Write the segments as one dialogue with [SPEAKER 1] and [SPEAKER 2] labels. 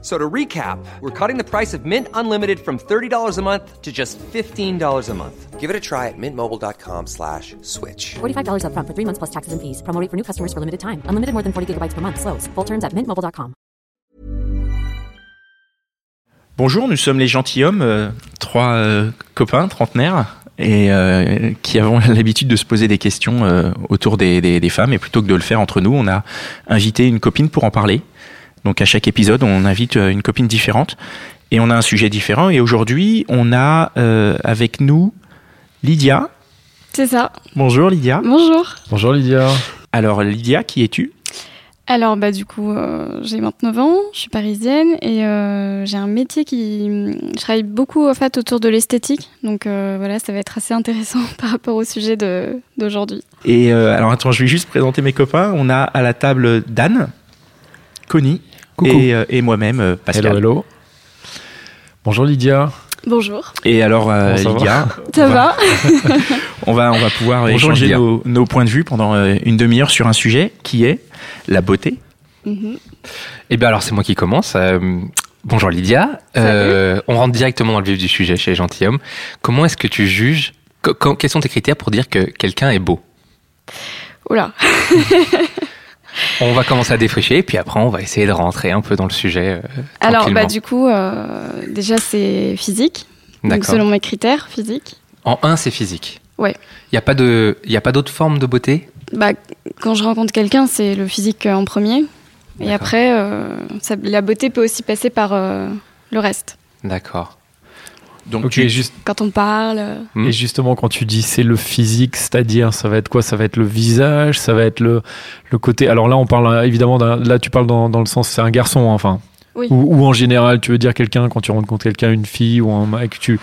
[SPEAKER 1] So to recap, we're cutting the price of Mint Unlimited from $30 a month to just $15 a month. Give it a try at mintmobile.com slash switch.
[SPEAKER 2] $45 upfront for three months plus taxes and fees. Promo rate for new customers for limited time. Unlimited more than 40 gigabytes per month. Slows. Full terms at mintmobile.com.
[SPEAKER 3] Bonjour, nous sommes les gentilshommes, euh, trois euh, copains trentenaires et euh, qui avons l'habitude de se poser des questions euh, autour des, des- des femmes. Et plutôt que de le faire entre nous, on a invité une copine pour en parler. Donc à chaque épisode, on invite euh, une copine différente et on a un sujet différent. Et aujourd'hui, on a euh, avec nous Lydia.
[SPEAKER 4] C'est ça.
[SPEAKER 3] Bonjour Lydia.
[SPEAKER 4] Bonjour.
[SPEAKER 5] Bonjour Lydia.
[SPEAKER 3] Alors Lydia, qui es-tu
[SPEAKER 4] Alors bah du coup euh, j'ai 29 ans, je suis parisienne et euh, j'ai un métier qui je travaille beaucoup en fait autour de l'esthétique. Donc euh, voilà, ça va être assez intéressant par rapport au sujet de d'aujourd'hui.
[SPEAKER 3] Et euh, alors attends, je vais juste présenter mes copains. On a à la table Dan, Connie et, euh, et moi-même euh, Pascal.
[SPEAKER 5] Hello, hello. Bonjour Lydia.
[SPEAKER 4] Bonjour.
[SPEAKER 3] Et alors, euh,
[SPEAKER 5] Comment ça va
[SPEAKER 3] Lydia,
[SPEAKER 4] Ça
[SPEAKER 3] on
[SPEAKER 4] va
[SPEAKER 3] on va, on va pouvoir
[SPEAKER 5] Bonjour,
[SPEAKER 3] échanger
[SPEAKER 5] Lydia.
[SPEAKER 3] nos, nos points de vue pendant euh, une demi-heure sur un sujet qui est la beauté.
[SPEAKER 4] Mhm.
[SPEAKER 6] Eh bien alors c'est moi qui commence. Euh, bonjour Lydia. Euh, on rentre directement dans le vif du sujet chez les gentilshommes. Comment est-ce que tu juges qu- qu- Quels sont tes critères pour dire que quelqu'un est beau
[SPEAKER 4] Oula.
[SPEAKER 6] On va commencer à défricher et puis après on va essayer de rentrer un peu dans le sujet. euh,
[SPEAKER 4] Alors
[SPEAKER 6] tranquillement.
[SPEAKER 4] bah du coup euh, déjà c'est physique. Donc
[SPEAKER 6] D'accord.
[SPEAKER 4] selon mes critères physique.
[SPEAKER 6] En un c'est physique.
[SPEAKER 4] Ouais.
[SPEAKER 6] Il n'y a pas de, il y a pas d'autre forme de beauté.
[SPEAKER 4] Bah quand je rencontre quelqu'un, c'est le physique euh, en premier et
[SPEAKER 6] D'accord.
[SPEAKER 4] après euh, ça- la beauté peut aussi passer par euh, le reste.
[SPEAKER 6] D'accord.
[SPEAKER 3] Donc,
[SPEAKER 5] Ok,
[SPEAKER 3] tu- Hmm.
[SPEAKER 5] juste-
[SPEAKER 4] Quand on parle euh,
[SPEAKER 6] Mm.
[SPEAKER 5] et justement, quand tu dis c'est le physique, c'est-à-dire ça va être quoi Ça va être le visage, ça va être le, le côté. Alors là, on parle euh, évidemment. d'un- Là, tu parles dans, dans le sens c'est un garçon, hein, enfin.
[SPEAKER 4] Oui.
[SPEAKER 5] Ou, ou en général, tu veux dire quelqu'un quand tu rencontres quelqu'un, une fille ou un mec, tu.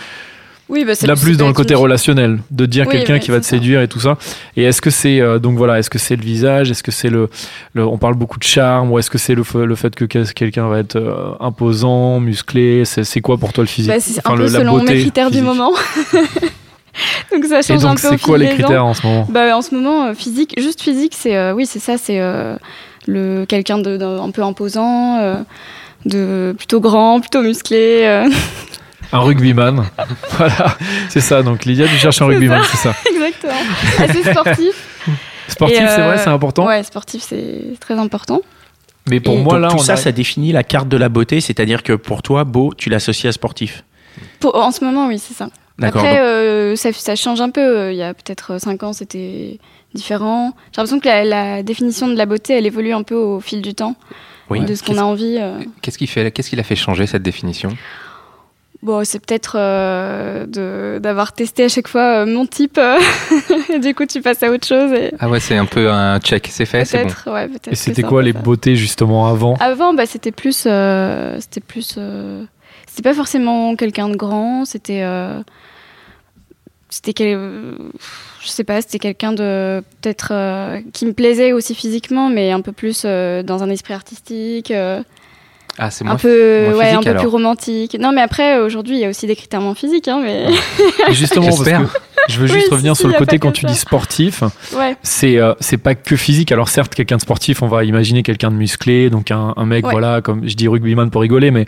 [SPEAKER 4] Oui, bah, c'est
[SPEAKER 5] Là
[SPEAKER 4] ça
[SPEAKER 5] plus
[SPEAKER 4] peut
[SPEAKER 5] dans le
[SPEAKER 4] être
[SPEAKER 5] côté
[SPEAKER 4] une-
[SPEAKER 5] relationnel, de dire
[SPEAKER 4] Oui,
[SPEAKER 5] quelqu'un
[SPEAKER 4] ouais,
[SPEAKER 5] qui va
[SPEAKER 4] c'est
[SPEAKER 5] te
[SPEAKER 4] ça.
[SPEAKER 5] séduire et tout ça. Et est-ce que c'est euh, donc voilà, est-ce que c'est le visage, est-ce que c'est le, le- on parle beaucoup de charme ou est-ce que c'est le, f- le fait que quel- quelqu'un va être euh, imposant, musclé, c'est c'est quoi pour toi le physique
[SPEAKER 4] Bah, c'est
[SPEAKER 5] Enfin,
[SPEAKER 4] un peu
[SPEAKER 5] le- la
[SPEAKER 4] selon mes
[SPEAKER 5] beauté
[SPEAKER 4] critères
[SPEAKER 5] physique.
[SPEAKER 4] du moment. donc ça
[SPEAKER 5] Et
[SPEAKER 4] change un
[SPEAKER 5] donc
[SPEAKER 4] peu au
[SPEAKER 5] c'est quoi
[SPEAKER 4] fil
[SPEAKER 5] les
[SPEAKER 4] des ans.
[SPEAKER 5] critères en ce moment
[SPEAKER 4] bah, En ce moment, euh, physique, juste physique, c'est euh, oui, c'est ça, c'est euh, le quelqu'un de, d'un- un peu imposant, euh, de plutôt grand, plutôt musclé. euh,
[SPEAKER 5] Un rugbyman, voilà, c'est ça. Donc Lydia, tu cherches un
[SPEAKER 4] C'est
[SPEAKER 5] rugbyman, c'est ça.
[SPEAKER 4] exactement. Assez sportif.
[SPEAKER 5] Sportif,
[SPEAKER 4] Et,
[SPEAKER 5] c'est
[SPEAKER 4] euh,
[SPEAKER 5] vrai, c'est important.
[SPEAKER 4] Ouais, sportif, c'est très important.
[SPEAKER 5] Mais pour
[SPEAKER 4] Et-
[SPEAKER 5] moi
[SPEAKER 3] donc,
[SPEAKER 5] là,
[SPEAKER 3] tout
[SPEAKER 5] on
[SPEAKER 3] ça,
[SPEAKER 5] a-
[SPEAKER 3] ça définit la carte de la beauté, c'est-à-dire que pour toi, beau, tu l'associes à sportif.
[SPEAKER 4] Pour- en ce moment, oui, c'est ça.
[SPEAKER 3] D'accord.
[SPEAKER 4] Après,
[SPEAKER 3] donc-
[SPEAKER 4] euh, ça, ça change un peu. Euh, Il y a peut-être 5 ans, c'était différent. J'ai l'impression que la, la définition de la beauté, elle évolue un peu au fil du temps,
[SPEAKER 3] Oui.
[SPEAKER 4] de ce qu'on a envie. euh.
[SPEAKER 6] Qu'est-ce qui fait, qu'est-ce qui l'a fait changer cette définition
[SPEAKER 4] Bon, c'est peut-être euh, de- d'avoir testé à chaque fois euh, mon type. euh, et du coup, tu passes à autre chose. et
[SPEAKER 6] Ah ouais, c'est un peu un check, c'est fait, Eh, c'est bon.
[SPEAKER 4] Peut-être, ouais, peut-être.
[SPEAKER 5] Et
[SPEAKER 4] que
[SPEAKER 5] c'était
[SPEAKER 4] c'est
[SPEAKER 5] quoi
[SPEAKER 4] un peu
[SPEAKER 5] les
[SPEAKER 4] ça.
[SPEAKER 5] beautés justement avant
[SPEAKER 4] Avant, bah, c'était plus. euh, c'était plus. euh, c'était pas forcément quelqu'un de grand, c'était. euh, c'était. quel- euh, je sais pas, c'était quelqu'un de. Peut-être. euh, qui me plaisait aussi physiquement, mais un peu plus euh, dans un esprit artistique, euh,
[SPEAKER 6] Ah c'est
[SPEAKER 4] un
[SPEAKER 6] moins.
[SPEAKER 4] peu.
[SPEAKER 6] moins
[SPEAKER 4] ouais, un
[SPEAKER 6] physique,
[SPEAKER 4] peu
[SPEAKER 6] alors.
[SPEAKER 4] plus romantique. Non, mais après, aujourd'hui, il y a aussi des critères moins physiques, hein, mais.
[SPEAKER 5] Et Justement, parce que
[SPEAKER 6] J'espère.
[SPEAKER 5] je veux
[SPEAKER 4] Oui,
[SPEAKER 5] juste
[SPEAKER 4] si,
[SPEAKER 5] revenir
[SPEAKER 4] si,
[SPEAKER 5] sur
[SPEAKER 4] y
[SPEAKER 5] le
[SPEAKER 4] a pas
[SPEAKER 5] côté
[SPEAKER 4] que
[SPEAKER 5] quand tu
[SPEAKER 4] ça.
[SPEAKER 5] dis sportif.
[SPEAKER 4] ouais.
[SPEAKER 5] c'est euh, c'est pas que physique. Alors certes, quelqu'un de sportif, on va imaginer quelqu'un de musclé, donc un, un mec
[SPEAKER 4] Ouais.
[SPEAKER 5] voilà, comme je dis rugbyman pour rigoler, mais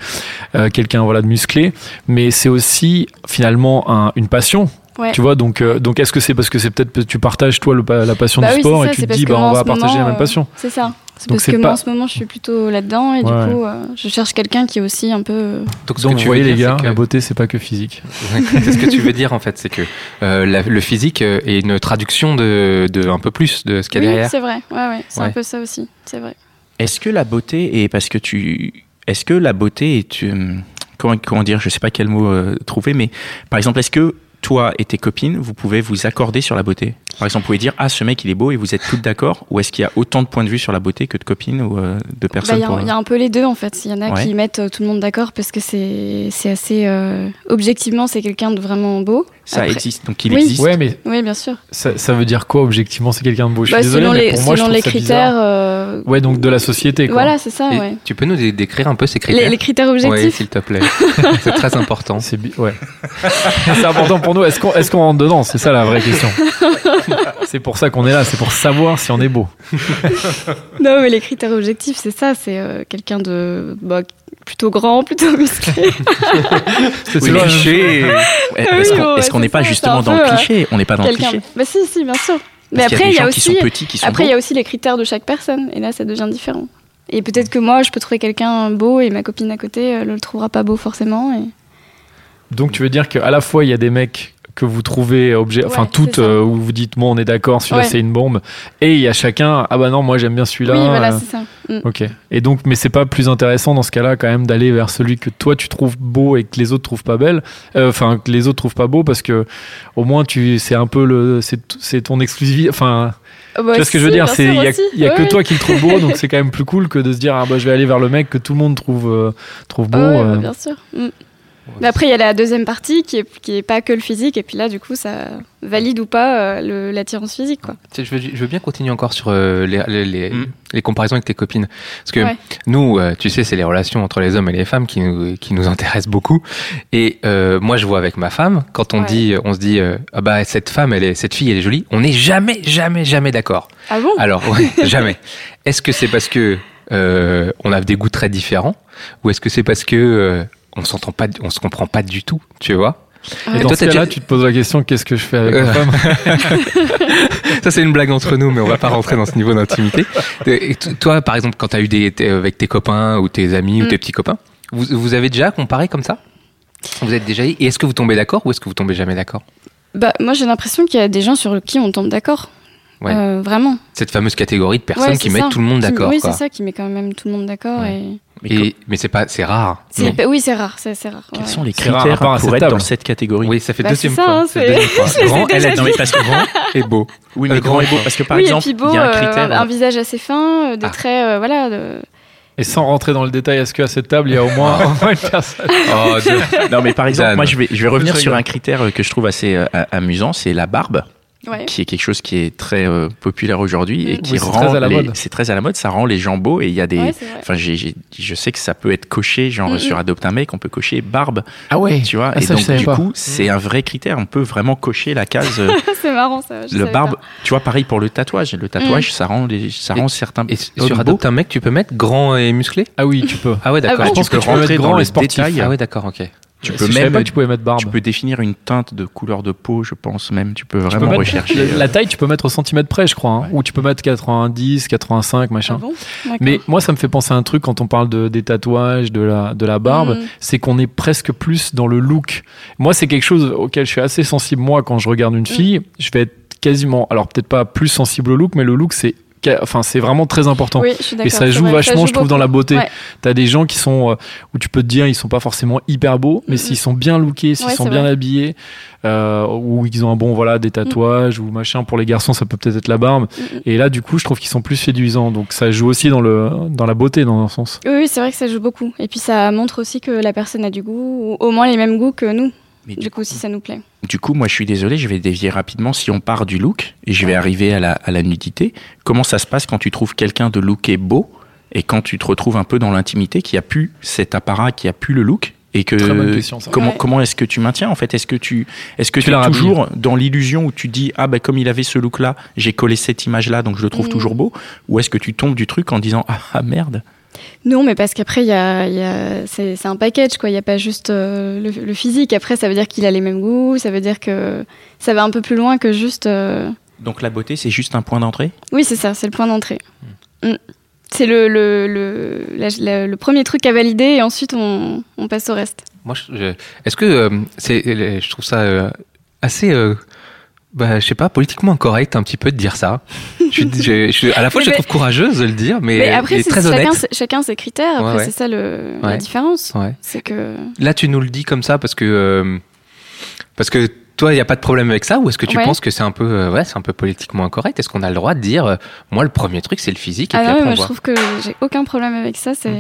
[SPEAKER 5] euh, quelqu'un voilà de musclé. Mais c'est aussi finalement un- une passion.
[SPEAKER 4] Ouais.
[SPEAKER 5] Tu vois, donc euh, donc est-ce que c'est parce que c'est peut-être que tu partages toi le pa- la passion
[SPEAKER 4] Bah
[SPEAKER 5] du
[SPEAKER 4] oui,
[SPEAKER 5] sport
[SPEAKER 4] c'est
[SPEAKER 5] et
[SPEAKER 4] ça,
[SPEAKER 5] tu
[SPEAKER 4] c'est
[SPEAKER 5] te
[SPEAKER 4] parce
[SPEAKER 5] dis
[SPEAKER 4] que
[SPEAKER 5] bah
[SPEAKER 4] moi,
[SPEAKER 5] on
[SPEAKER 4] en
[SPEAKER 5] va
[SPEAKER 4] ce
[SPEAKER 5] partager la
[SPEAKER 4] moment,
[SPEAKER 5] même
[SPEAKER 4] euh,
[SPEAKER 5] passion.
[SPEAKER 4] C'est ça. C'est
[SPEAKER 5] Donc
[SPEAKER 4] parce
[SPEAKER 5] c'est
[SPEAKER 4] que moi,
[SPEAKER 5] pas-
[SPEAKER 4] en ce moment, je suis plutôt là-dedans, et
[SPEAKER 5] Ouais.
[SPEAKER 4] du coup, euh, je cherche quelqu'un qui est aussi un peu. euh,
[SPEAKER 6] Donc, ce que
[SPEAKER 5] Donc
[SPEAKER 6] tu
[SPEAKER 5] vous
[SPEAKER 6] veux
[SPEAKER 5] voyez les
[SPEAKER 6] dire,
[SPEAKER 5] gars,
[SPEAKER 6] c'est que-
[SPEAKER 5] la beauté c'est pas que physique.
[SPEAKER 6] c'est ce que tu veux dire en fait, c'est que euh, la- le physique euh, est une traduction de, de un peu plus de ce qu'il y a
[SPEAKER 4] oui,
[SPEAKER 6] derrière.
[SPEAKER 4] c'est vrai. Ouais, ouais, c'est un
[SPEAKER 6] Ouais.
[SPEAKER 4] peu ça aussi. C'est vrai. Bah,
[SPEAKER 3] Est-ce que la beauté est parce que tu est-ce que la beauté est hum, comment, comment dire je sais pas quel mot euh, trouver mais par exemple est-ce que toi et tes copines vous pouvez vous accorder sur la beauté Par exemple, vous pouvez dire Ah, ce mec, il est beau et vous êtes toutes d'accord Ou est-ce qu'il y a autant de points de vue sur la beauté que de copines ou euh, de
[SPEAKER 4] Bah, Il
[SPEAKER 3] personnes
[SPEAKER 4] y a
[SPEAKER 3] pour-
[SPEAKER 4] un- il y, a un peu les deux en fait. Il y en a
[SPEAKER 3] Ouais.
[SPEAKER 4] qui mettent euh, tout le monde d'accord parce que c'est c'est assez. euh, objectivement, c'est quelqu'un de vraiment beau.
[SPEAKER 3] Ça
[SPEAKER 4] Après-
[SPEAKER 3] existe, donc il
[SPEAKER 4] Oui.
[SPEAKER 3] existe.
[SPEAKER 5] Ouais, mais
[SPEAKER 4] Oui, bien sûr.
[SPEAKER 5] ça, ça veut dire quoi objectivement C'est quelqu'un de beau. Je suis
[SPEAKER 4] Bah,
[SPEAKER 5] désolé,
[SPEAKER 4] selon
[SPEAKER 5] mais
[SPEAKER 4] les,
[SPEAKER 5] pour moi, je
[SPEAKER 4] selon
[SPEAKER 5] trouve
[SPEAKER 4] les
[SPEAKER 5] ça
[SPEAKER 4] critères.
[SPEAKER 5] bizarre.
[SPEAKER 4] euh,
[SPEAKER 5] Ouais, donc de la société. Quoi.
[SPEAKER 4] voilà, c'est ça,
[SPEAKER 6] Et
[SPEAKER 4] ouais.
[SPEAKER 6] Tu peux nous dé- décrire un peu ces
[SPEAKER 4] Les,
[SPEAKER 6] critères
[SPEAKER 4] les critères
[SPEAKER 6] Oui,
[SPEAKER 4] objectifs.
[SPEAKER 6] s'il te plaît. c'est très important.
[SPEAKER 5] C'est bi- ouais. c'est important pour nous. Est-ce qu'on est qu'on rentre dedans C'est ça la vraie question. c'est pour ça qu'on est là. C'est pour savoir si on est beau.
[SPEAKER 4] non, mais les critères objectifs, c'est ça. C'est euh, quelqu'un de bah, plutôt grand, plutôt musclé.
[SPEAKER 5] C'est
[SPEAKER 6] Oui,
[SPEAKER 5] toujours la même
[SPEAKER 6] cliché.
[SPEAKER 3] Ouais,
[SPEAKER 4] Ah oui,
[SPEAKER 3] Est-ce qu'on
[SPEAKER 4] bon,
[SPEAKER 3] est-ce qu'on
[SPEAKER 4] c'est
[SPEAKER 3] n'est pas
[SPEAKER 4] ça, c'est
[SPEAKER 3] justement
[SPEAKER 4] un
[SPEAKER 3] dans
[SPEAKER 4] peu,
[SPEAKER 3] le
[SPEAKER 4] euh,
[SPEAKER 3] cliché On n'est pas dans le
[SPEAKER 4] quelqu'un.
[SPEAKER 3] cliché.
[SPEAKER 4] Bah, si, si, bien sûr. Mais
[SPEAKER 3] Parce qu'il
[SPEAKER 4] après, il y a
[SPEAKER 3] des gens qui sont
[SPEAKER 4] aussi.
[SPEAKER 3] petits, qui sont
[SPEAKER 4] Après, il y
[SPEAKER 3] beaux.
[SPEAKER 4] a aussi les critères de chaque personne, et là, ça devient différent. Et
[SPEAKER 5] Mm.
[SPEAKER 4] peut-être que moi, je peux trouver quelqu'un beau, et ma copine à côté euh, ne le trouvera pas beau forcément. Et...
[SPEAKER 5] Donc tu veux dire qu'à la fois il y a des mecs que vous trouvez objet, enfin
[SPEAKER 4] Ouais,
[SPEAKER 5] toutes
[SPEAKER 4] c'est ça.
[SPEAKER 5] euh, où vous dites moi on est d'accord, celui-là
[SPEAKER 4] Ouais.
[SPEAKER 5] c'est une bombe, et il y a chacun ah bah non moi j'aime bien celui-là.
[SPEAKER 4] oui, voilà,
[SPEAKER 5] euh,
[SPEAKER 4] c'est ça. Mm.
[SPEAKER 5] Ok. Et donc, mais c'est pas plus intéressant dans ce cas-là quand même d'aller vers celui que toi tu trouves beau et que les autres trouvent pas belle, euh, enfin que les autres trouvent pas beau parce que au moins tu, c'est un peu le, c'est c'est ton exclusivité. Enfin,
[SPEAKER 4] Ah bah,
[SPEAKER 5] tu vois ce que je veux
[SPEAKER 4] si,
[SPEAKER 5] dire,
[SPEAKER 4] bien
[SPEAKER 5] c'est
[SPEAKER 4] sûr,
[SPEAKER 5] il y a,
[SPEAKER 4] aussi.
[SPEAKER 5] il y a
[SPEAKER 4] Ouais,
[SPEAKER 5] que
[SPEAKER 4] ouais.
[SPEAKER 5] toi qui le trouves beau, donc c'est quand même plus cool que de se dire ah bah je vais aller vers le mec que tout le monde trouve euh, trouve beau.
[SPEAKER 4] Ah ouais, bah,
[SPEAKER 5] euh.
[SPEAKER 4] bien sûr. Mm. Mais après, il y a la deuxième partie qui est, qui est pas que le physique, et puis là, du coup, ça valide ou pas euh, le- l'attirance physique, quoi.
[SPEAKER 6] Tu sais, Je veux, je veux bien continuer encore sur euh, les, les- les-
[SPEAKER 3] Mm.
[SPEAKER 6] les comparaisons avec tes copines. Parce que
[SPEAKER 4] Ouais.
[SPEAKER 6] nous, euh, tu sais, c'est les relations entre les hommes et les femmes qui nous, qui nous intéressent beaucoup. Et euh, moi, je vois avec ma femme, quand on,
[SPEAKER 4] Ouais.
[SPEAKER 6] dit, on se dit, euh, ah bah, cette femme, elle est, cette fille, elle est jolie, on n'est jamais, jamais, jamais d'accord.
[SPEAKER 4] Ah bon
[SPEAKER 6] Alors, ouais, jamais. Est-ce que c'est parce que euh, on a des goûts très différents ou est-ce que c'est parce que euh, on s'entend pas, on se comprend pas du tout, tu vois
[SPEAKER 5] Et
[SPEAKER 4] Et
[SPEAKER 5] dans
[SPEAKER 6] toi,
[SPEAKER 5] ce
[SPEAKER 6] t'as
[SPEAKER 5] cas-là,
[SPEAKER 6] déjà-
[SPEAKER 5] tu te poses la question qu'est-ce que je fais avec
[SPEAKER 6] Euh,
[SPEAKER 5] ma femme
[SPEAKER 6] Ça, c'est une blague entre nous, mais on va pas rentrer dans ce niveau d'intimité. Et t- toi, par exemple, quand tu as eu des, t'es avec tes copains ou tes amis ou
[SPEAKER 4] Mm.
[SPEAKER 6] tes petits copains, vous, vous avez déjà comparé comme ça Vous êtes déjà et est-ce que vous tombez d'accord ou est-ce que vous tombez jamais d'accord
[SPEAKER 4] Bah, moi, j'ai l'impression qu'il y a des gens sur qui on tombe d'accord.
[SPEAKER 6] Ouais.
[SPEAKER 4] Euh, vraiment.
[SPEAKER 6] Cette fameuse catégorie de personnes
[SPEAKER 4] Ouais,
[SPEAKER 6] qui
[SPEAKER 4] c'est
[SPEAKER 6] mettent
[SPEAKER 4] ça.
[SPEAKER 6] tout le monde
[SPEAKER 4] Qui-
[SPEAKER 6] d'accord,
[SPEAKER 4] Oui,
[SPEAKER 6] quoi.
[SPEAKER 4] c'est ça qui met quand même tout le monde d'accord.
[SPEAKER 6] Ouais.
[SPEAKER 4] et-
[SPEAKER 3] Mais
[SPEAKER 6] Et- mais c'est pas, c'est rare.
[SPEAKER 4] C'est- bah Oui, c'est rare, c'est c'est rare.
[SPEAKER 3] Quels
[SPEAKER 4] ouais.
[SPEAKER 3] sont les
[SPEAKER 5] C'est rare,
[SPEAKER 3] critères
[SPEAKER 5] rapport à
[SPEAKER 3] pour
[SPEAKER 5] cette
[SPEAKER 3] être dans
[SPEAKER 5] table.
[SPEAKER 3] cette catégorie
[SPEAKER 6] Oui, ça fait
[SPEAKER 4] Bah,
[SPEAKER 6] deuxième
[SPEAKER 4] c'est ça,
[SPEAKER 6] fois.
[SPEAKER 4] hein,
[SPEAKER 6] C'est
[SPEAKER 4] c'est-
[SPEAKER 6] deuxième fois.
[SPEAKER 4] je les ai
[SPEAKER 6] Grand, elle a
[SPEAKER 4] déjà
[SPEAKER 6] dit
[SPEAKER 3] Non, mais parce que grand
[SPEAKER 6] et beau.
[SPEAKER 3] Oui,
[SPEAKER 6] Euh,
[SPEAKER 3] mais grand
[SPEAKER 6] grand
[SPEAKER 3] et beau.
[SPEAKER 6] et
[SPEAKER 3] Parce que par
[SPEAKER 4] oui,
[SPEAKER 3] exemple,
[SPEAKER 4] et puis beau,
[SPEAKER 3] il y a un
[SPEAKER 4] euh,
[SPEAKER 3] critère.
[SPEAKER 4] un visage assez fin, euh, des
[SPEAKER 6] Ah.
[SPEAKER 4] traits, euh, voilà. de-
[SPEAKER 5] Et sans rentrer dans le détail, est-ce qu'à cette table il y a au moins,
[SPEAKER 3] Ah.
[SPEAKER 5] au moins une personne
[SPEAKER 6] Oh, Dieu.
[SPEAKER 3] Non, mais par exemple,
[SPEAKER 6] Dan.
[SPEAKER 3] moi, je vais, je vais revenir
[SPEAKER 5] Je
[SPEAKER 3] sur
[SPEAKER 5] rigole.
[SPEAKER 3] un critère euh, que je trouve assez euh, a- amusant, c'est la barbe,
[SPEAKER 4] Ouais.
[SPEAKER 3] qui est quelque chose qui est très euh, populaire aujourd'hui et
[SPEAKER 4] Mm.
[SPEAKER 3] qui
[SPEAKER 5] Mmh. Oui, c'est
[SPEAKER 3] rend
[SPEAKER 5] très à la
[SPEAKER 3] les-
[SPEAKER 5] mode.
[SPEAKER 3] c'est très à la mode, ça rend les gens beaux et il y a des,
[SPEAKER 4] Ouais, c'est vrai.
[SPEAKER 3] enfin, j'ai- j'ai- je sais que ça peut être coché, genre
[SPEAKER 4] Mm,
[SPEAKER 3] sur
[SPEAKER 4] mm.
[SPEAKER 3] Adopte un mec, on peut cocher barbe,
[SPEAKER 5] Mmh, Ah ouais.
[SPEAKER 3] tu vois,
[SPEAKER 5] Ah,
[SPEAKER 3] et
[SPEAKER 5] ça, je
[SPEAKER 3] donc
[SPEAKER 5] savais
[SPEAKER 3] du
[SPEAKER 5] pas.
[SPEAKER 3] coup, c'est un vrai critère, on peut vraiment cocher la case. euh,
[SPEAKER 4] c'est marrant ça. je
[SPEAKER 3] Le
[SPEAKER 4] savais
[SPEAKER 3] barbe,
[SPEAKER 4] pas.
[SPEAKER 3] tu vois, pareil pour le tatouage. Le
[SPEAKER 5] Mmh.
[SPEAKER 3] tatouage, ça rend, les, ça
[SPEAKER 6] Et-
[SPEAKER 3] rend certains.
[SPEAKER 6] Et
[SPEAKER 3] hommes
[SPEAKER 6] sur
[SPEAKER 3] beaux.
[SPEAKER 6] Adopte un mec, tu peux mettre grand et musclé
[SPEAKER 5] Ah oui, tu peux.
[SPEAKER 6] Ah ouais, d'accord.
[SPEAKER 4] Ah bon
[SPEAKER 6] tu
[SPEAKER 5] Je pense
[SPEAKER 6] peux
[SPEAKER 5] que tu peux
[SPEAKER 6] rentrer
[SPEAKER 5] mettre
[SPEAKER 6] dans
[SPEAKER 5] grand
[SPEAKER 6] le
[SPEAKER 5] et sportif.
[SPEAKER 6] détail. Ah ouais, d'accord, ok.
[SPEAKER 3] tu
[SPEAKER 5] Je
[SPEAKER 3] peux
[SPEAKER 5] savais
[SPEAKER 3] même,
[SPEAKER 5] pas que tu pouvais mettre barbe.
[SPEAKER 3] tu peux définir une teinte de couleur de peau, je pense même. Tu peux
[SPEAKER 5] Tu
[SPEAKER 3] vraiment
[SPEAKER 5] peux mettre-
[SPEAKER 3] rechercher.
[SPEAKER 5] la-
[SPEAKER 3] euh,
[SPEAKER 5] La taille, tu peux mettre au centimètre près, je crois. hein.
[SPEAKER 3] Ouais.
[SPEAKER 5] Ou tu peux mettre 90, 85,
[SPEAKER 4] Ah
[SPEAKER 5] machin.
[SPEAKER 4] bon D'accord.
[SPEAKER 5] Mais moi, ça me fait penser à un truc quand on parle de, des tatouages, de la, de la barbe,
[SPEAKER 4] Mm.
[SPEAKER 5] c'est qu'on est presque plus dans le look. Moi, c'est quelque chose auquel je suis assez sensible. Moi, quand je
[SPEAKER 4] Mm.
[SPEAKER 5] regarde une fille, je vais être quasiment, alors peut-être pas plus sensible au look, mais le look, c'est, ca- enfin, c'est vraiment très important.
[SPEAKER 4] Oui, je suis
[SPEAKER 5] Et
[SPEAKER 4] d'accord,
[SPEAKER 5] ça
[SPEAKER 4] c'est
[SPEAKER 5] joue
[SPEAKER 4] vrai,
[SPEAKER 5] vachement, je trouve, dans
[SPEAKER 4] beaucoup.
[SPEAKER 5] la beauté.
[SPEAKER 4] Ouais.
[SPEAKER 5] T'as des gens qui sont euh, où tu peux te dire ils sont pas forcément hyper beaux, mais
[SPEAKER 4] Mm,
[SPEAKER 5] s'ils sont bien lookés, s'ils
[SPEAKER 4] Ouais,
[SPEAKER 5] sont
[SPEAKER 4] c'est
[SPEAKER 5] bien
[SPEAKER 4] vrai.
[SPEAKER 5] habillés, euh, ou ils ont un bon voilà des tatouages ou machin. Pour les garçons, ça peut peut-être être la barbe.
[SPEAKER 4] Mm, mm.
[SPEAKER 5] Et là, du coup, je trouve qu'ils sont plus séduisants. Donc ça joue aussi dans le dans la beauté dans un sens.
[SPEAKER 4] Oui, oui, c'est vrai que ça joue beaucoup. Et puis ça montre aussi que la personne a du goût, ou au moins les mêmes goûts que nous.
[SPEAKER 3] Mais
[SPEAKER 4] du coup, si ça nous plaît.
[SPEAKER 3] Du coup, moi, je suis désolé, je vais dévier rapidement. Si on part du look et je vais
[SPEAKER 4] Ouais.
[SPEAKER 3] arriver à la, à la nudité, comment ça se passe quand tu trouves quelqu'un de looké beau et quand tu te retrouves un peu dans l'intimité, qui a pu cet apparat, qui a pu le look et que
[SPEAKER 5] Très bonne question, ça.
[SPEAKER 3] Euh, comment
[SPEAKER 4] Ouais.
[SPEAKER 3] comment est-ce que tu maintiens en fait Est-ce que tu est-ce que
[SPEAKER 5] Tu
[SPEAKER 3] tu
[SPEAKER 5] la
[SPEAKER 3] es
[SPEAKER 5] rhabilles.
[SPEAKER 3] toujours dans l'illusion où tu dis ah ben comme il avait ce look là, j'ai collé cette image là donc je le trouve
[SPEAKER 4] Mm.
[SPEAKER 3] toujours beau ou est-ce que tu tombes du truc en disant ah, ah, merde
[SPEAKER 4] Non, mais parce qu'après, il y a, il y a- c'est c'est un package, quoi. Il n'y a pas juste euh, le, le physique. Après, ça veut dire qu'il a les mêmes goûts, ça veut dire que ça va un peu plus loin que juste. euh,
[SPEAKER 3] donc la beauté c'est juste un point d'entrée
[SPEAKER 4] Oui, c'est ça, c'est le point d'entrée.
[SPEAKER 6] Hmm.
[SPEAKER 4] Mm. C'est le, le, le, la- la- le premier truc à valider et ensuite on, on passe au reste.
[SPEAKER 6] Moi, je- je- est-ce que euh, c'est, euh, je trouve ça euh, assez, euh, bah, je sais pas, politiquement incorrect un petit peu de dire ça. Je, suis- je- je- à la fois, je
[SPEAKER 4] Mais-
[SPEAKER 6] trouve courageuse de le dire, mais,
[SPEAKER 4] Mais après,
[SPEAKER 6] et
[SPEAKER 4] c'est
[SPEAKER 6] très
[SPEAKER 4] chacun,
[SPEAKER 6] honnête.
[SPEAKER 4] ses- chacun ses critères. Après,
[SPEAKER 6] Ouais, ouais.
[SPEAKER 4] c'est ça le, la
[SPEAKER 6] Ouais.
[SPEAKER 4] différence.
[SPEAKER 6] Ouais.
[SPEAKER 4] C'est que.
[SPEAKER 6] Là, tu nous le dis comme ça parce que euh, parce que Toi, il n'y a pas de problème avec ça Ou est-ce que tu
[SPEAKER 4] Ouais.
[SPEAKER 6] penses que c'est un, peu, euh, ouais, c'est un peu politiquement incorrect Est-ce qu'on a le droit de dire, euh, moi, le premier truc, c'est le physique et
[SPEAKER 4] Ah
[SPEAKER 6] puis
[SPEAKER 4] non, mais
[SPEAKER 6] après,
[SPEAKER 4] moi
[SPEAKER 6] on
[SPEAKER 4] je
[SPEAKER 6] voit Hmm.
[SPEAKER 4] trouve que j'ai aucun problème avec ça. C'est...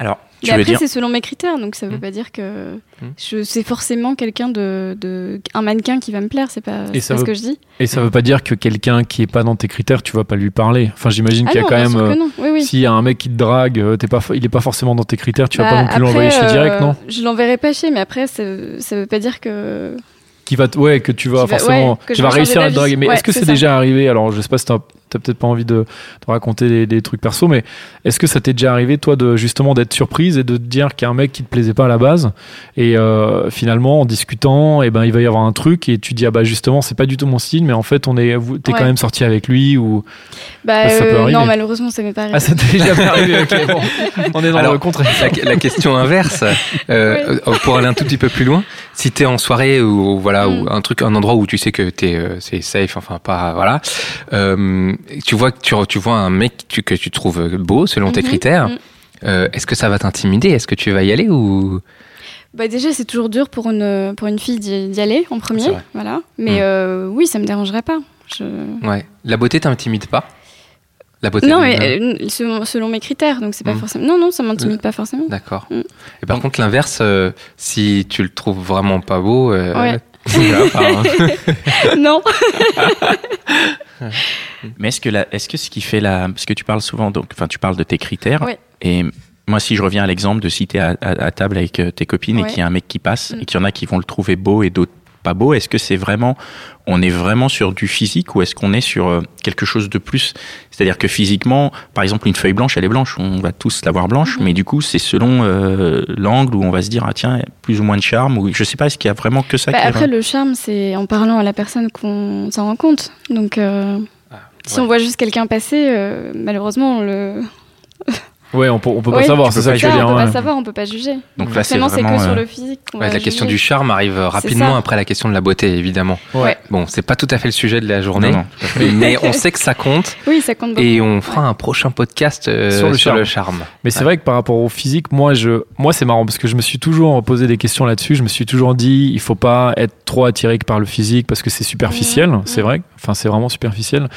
[SPEAKER 3] Alors,
[SPEAKER 4] Mais
[SPEAKER 3] tu veux
[SPEAKER 4] après,
[SPEAKER 3] dire.
[SPEAKER 4] c'est selon mes critères, donc ça veut
[SPEAKER 5] Hmm.
[SPEAKER 6] Mm.
[SPEAKER 4] pas dire que
[SPEAKER 6] Mm.
[SPEAKER 4] je, c'est forcément quelqu'un de, de. un mannequin qui va me plaire, c'est pas, c'est
[SPEAKER 5] Et ça
[SPEAKER 4] pas
[SPEAKER 5] veut-
[SPEAKER 4] ce que je dis.
[SPEAKER 5] Et ça veut pas dire que quelqu'un qui est pas dans tes critères, tu vas pas lui parler. Enfin, j'imagine
[SPEAKER 4] Ah
[SPEAKER 5] qu'il y a
[SPEAKER 4] non,
[SPEAKER 5] quand
[SPEAKER 4] bien
[SPEAKER 5] même.
[SPEAKER 4] sûr
[SPEAKER 5] euh,
[SPEAKER 4] que non, oui, oui.
[SPEAKER 5] S'il y a un mec qui te drague, euh, t'es pas, il est pas forcément dans tes critères, tu vas
[SPEAKER 4] Bah,
[SPEAKER 5] pas non plus
[SPEAKER 4] après,
[SPEAKER 5] l'envoyer chez
[SPEAKER 4] euh,
[SPEAKER 5] direct, non
[SPEAKER 4] Je l'enverrai pas chez, mais après, ça, ça veut pas dire que.
[SPEAKER 5] Qui va, t- ouais, que tu vas
[SPEAKER 4] Qui va-
[SPEAKER 5] forcément,
[SPEAKER 4] ouais, que
[SPEAKER 5] tu
[SPEAKER 4] je
[SPEAKER 5] vas
[SPEAKER 4] vais
[SPEAKER 5] réussir
[SPEAKER 4] changer
[SPEAKER 5] à te draguer.
[SPEAKER 4] d'avis.
[SPEAKER 5] Mais
[SPEAKER 4] Ouais,
[SPEAKER 5] est-ce que
[SPEAKER 4] c'est
[SPEAKER 5] c'est
[SPEAKER 4] ça.
[SPEAKER 5] déjà arrivé Alors, je sais pas si t'as t'as peut-être pas envie de, de raconter des, des trucs perso, mais est-ce que ça t'est déjà arrivé, toi, de justement d'être surprise et de te dire qu'il y a un mec qui te plaisait pas à la base, et euh, finalement, en discutant, et ben, il va y avoir un truc, et tu dis ah bah justement, c'est pas du tout mon style, mais en fait, on est, vous- t'es
[SPEAKER 4] Ouais.
[SPEAKER 5] quand même sorti avec lui ou
[SPEAKER 4] Bah,
[SPEAKER 5] Ça peut
[SPEAKER 4] euh,
[SPEAKER 5] arriver.
[SPEAKER 4] non, malheureusement, ça m'est pas arrivé.
[SPEAKER 5] ah ça t'est déjà arrivé Ok, bon, on est dans
[SPEAKER 6] Alors,
[SPEAKER 5] le contraire.
[SPEAKER 6] la, la question inverse, euh, euh, pour aller un tout petit peu plus loin, si t'es en soirée ou ou voilà ou
[SPEAKER 4] Mm.
[SPEAKER 6] un truc, un endroit où tu sais que t'es euh, c'est safe, enfin pas voilà, euh, tu vois que tu, re- tu vois un mec que tu, que tu trouves beau selon tes
[SPEAKER 4] Mhm,
[SPEAKER 6] critères.
[SPEAKER 4] mm.
[SPEAKER 6] euh, Est-ce que ça va t'intimider Est-ce que tu vas y aller ou
[SPEAKER 4] Bah déjà, c'est toujours dur pour une, pour une fille d'y d'y aller en
[SPEAKER 6] C'est
[SPEAKER 4] premier,
[SPEAKER 6] vrai.
[SPEAKER 4] voilà. Mais
[SPEAKER 5] Hmm.
[SPEAKER 6] Mm.
[SPEAKER 4] euh, oui, ça me dérangerait pas. Je...
[SPEAKER 6] ouais La beauté t'intimide pas La beauté.
[SPEAKER 4] Non,
[SPEAKER 6] de-
[SPEAKER 4] mais euh, selon, selon mes critères, donc c'est pas
[SPEAKER 5] Hmm.
[SPEAKER 6] Mm.
[SPEAKER 4] forcément. Non, non, ça
[SPEAKER 5] Euh.
[SPEAKER 4] m'intimide pas forcément.
[SPEAKER 6] D'accord.
[SPEAKER 4] Mm.
[SPEAKER 6] Et par contre l'inverse, euh, si tu le trouves vraiment pas beau. euh, hein.
[SPEAKER 4] Ouais.
[SPEAKER 6] voilà, enfin,
[SPEAKER 4] non.
[SPEAKER 3] Mais est-ce que, la- est-ce que ce qui fait la. Parce que tu parles souvent, donc, enfin, tu parles de tes critères.
[SPEAKER 4] Ouais.
[SPEAKER 3] Et moi, si je reviens à l'exemple de si t'es à, à- à table avec euh, tes copines
[SPEAKER 4] Ouais.
[SPEAKER 3] et qu'il y a un mec qui passe
[SPEAKER 4] Mm.
[SPEAKER 3] et qu'il y en a qui vont le trouver beau et d'autres pas beau, est-ce que c'est vraiment. On est vraiment sur du physique ou est-ce qu'on est sur euh, quelque chose de plus C'est-à-dire que physiquement, par exemple, une feuille blanche, elle est blanche. On va tous la voir blanche,
[SPEAKER 4] Mhm.
[SPEAKER 3] mais du coup, c'est selon euh, l'angle où on va se dire, ah tiens, plus ou moins de charme. Ou, je sais pas, est-ce qu'il y a vraiment que ça
[SPEAKER 4] Bah,
[SPEAKER 3] qui est
[SPEAKER 4] après,
[SPEAKER 5] hein.
[SPEAKER 4] le charme, c'est en parlant à la personne qu'on s'en rend compte. Donc, euh,
[SPEAKER 5] Ah,
[SPEAKER 4] si
[SPEAKER 6] ouais.
[SPEAKER 4] on voit juste quelqu'un passer, euh, malheureusement, on le.
[SPEAKER 5] Ouais, on peut, on peut pas
[SPEAKER 4] Ouais,
[SPEAKER 5] savoir,
[SPEAKER 3] tu
[SPEAKER 5] c'est
[SPEAKER 3] peux
[SPEAKER 5] ça
[SPEAKER 3] pas
[SPEAKER 5] que je
[SPEAKER 4] Ça,
[SPEAKER 5] veux dire.
[SPEAKER 4] on peut
[SPEAKER 5] ouais. Mm.
[SPEAKER 4] pas savoir, on peut pas juger.
[SPEAKER 3] Donc là, c'est
[SPEAKER 4] Forcément, c'est que
[SPEAKER 3] vraiment.
[SPEAKER 4] sur
[SPEAKER 3] euh,
[SPEAKER 4] le physique. qu'on
[SPEAKER 6] Ouais,
[SPEAKER 4] va
[SPEAKER 6] la question
[SPEAKER 4] juger.
[SPEAKER 6] du charme arrive rapidement
[SPEAKER 4] ça.
[SPEAKER 6] après la question de la beauté, évidemment.
[SPEAKER 5] Ouais.
[SPEAKER 6] Bon, c'est pas tout à fait le sujet de la journée,
[SPEAKER 3] non, non.
[SPEAKER 6] mais on sait que ça compte
[SPEAKER 4] Oui, ça compte beaucoup.
[SPEAKER 6] et on fera un prochain podcast euh,
[SPEAKER 5] Sur
[SPEAKER 6] sur,
[SPEAKER 5] le
[SPEAKER 6] le,
[SPEAKER 5] charme.
[SPEAKER 6] charme.
[SPEAKER 5] Mais c'est vrai que par rapport au physique, moi, je, moi, c'est marrant parce que je me suis toujours posé des questions là-dessus. Je me suis toujours dit, il faut pas être trop attiré que par le physique parce que c'est superficiel.
[SPEAKER 4] Mmh,
[SPEAKER 5] C'est
[SPEAKER 4] mmh.
[SPEAKER 5] vrai. Enfin, c'est vraiment superficiel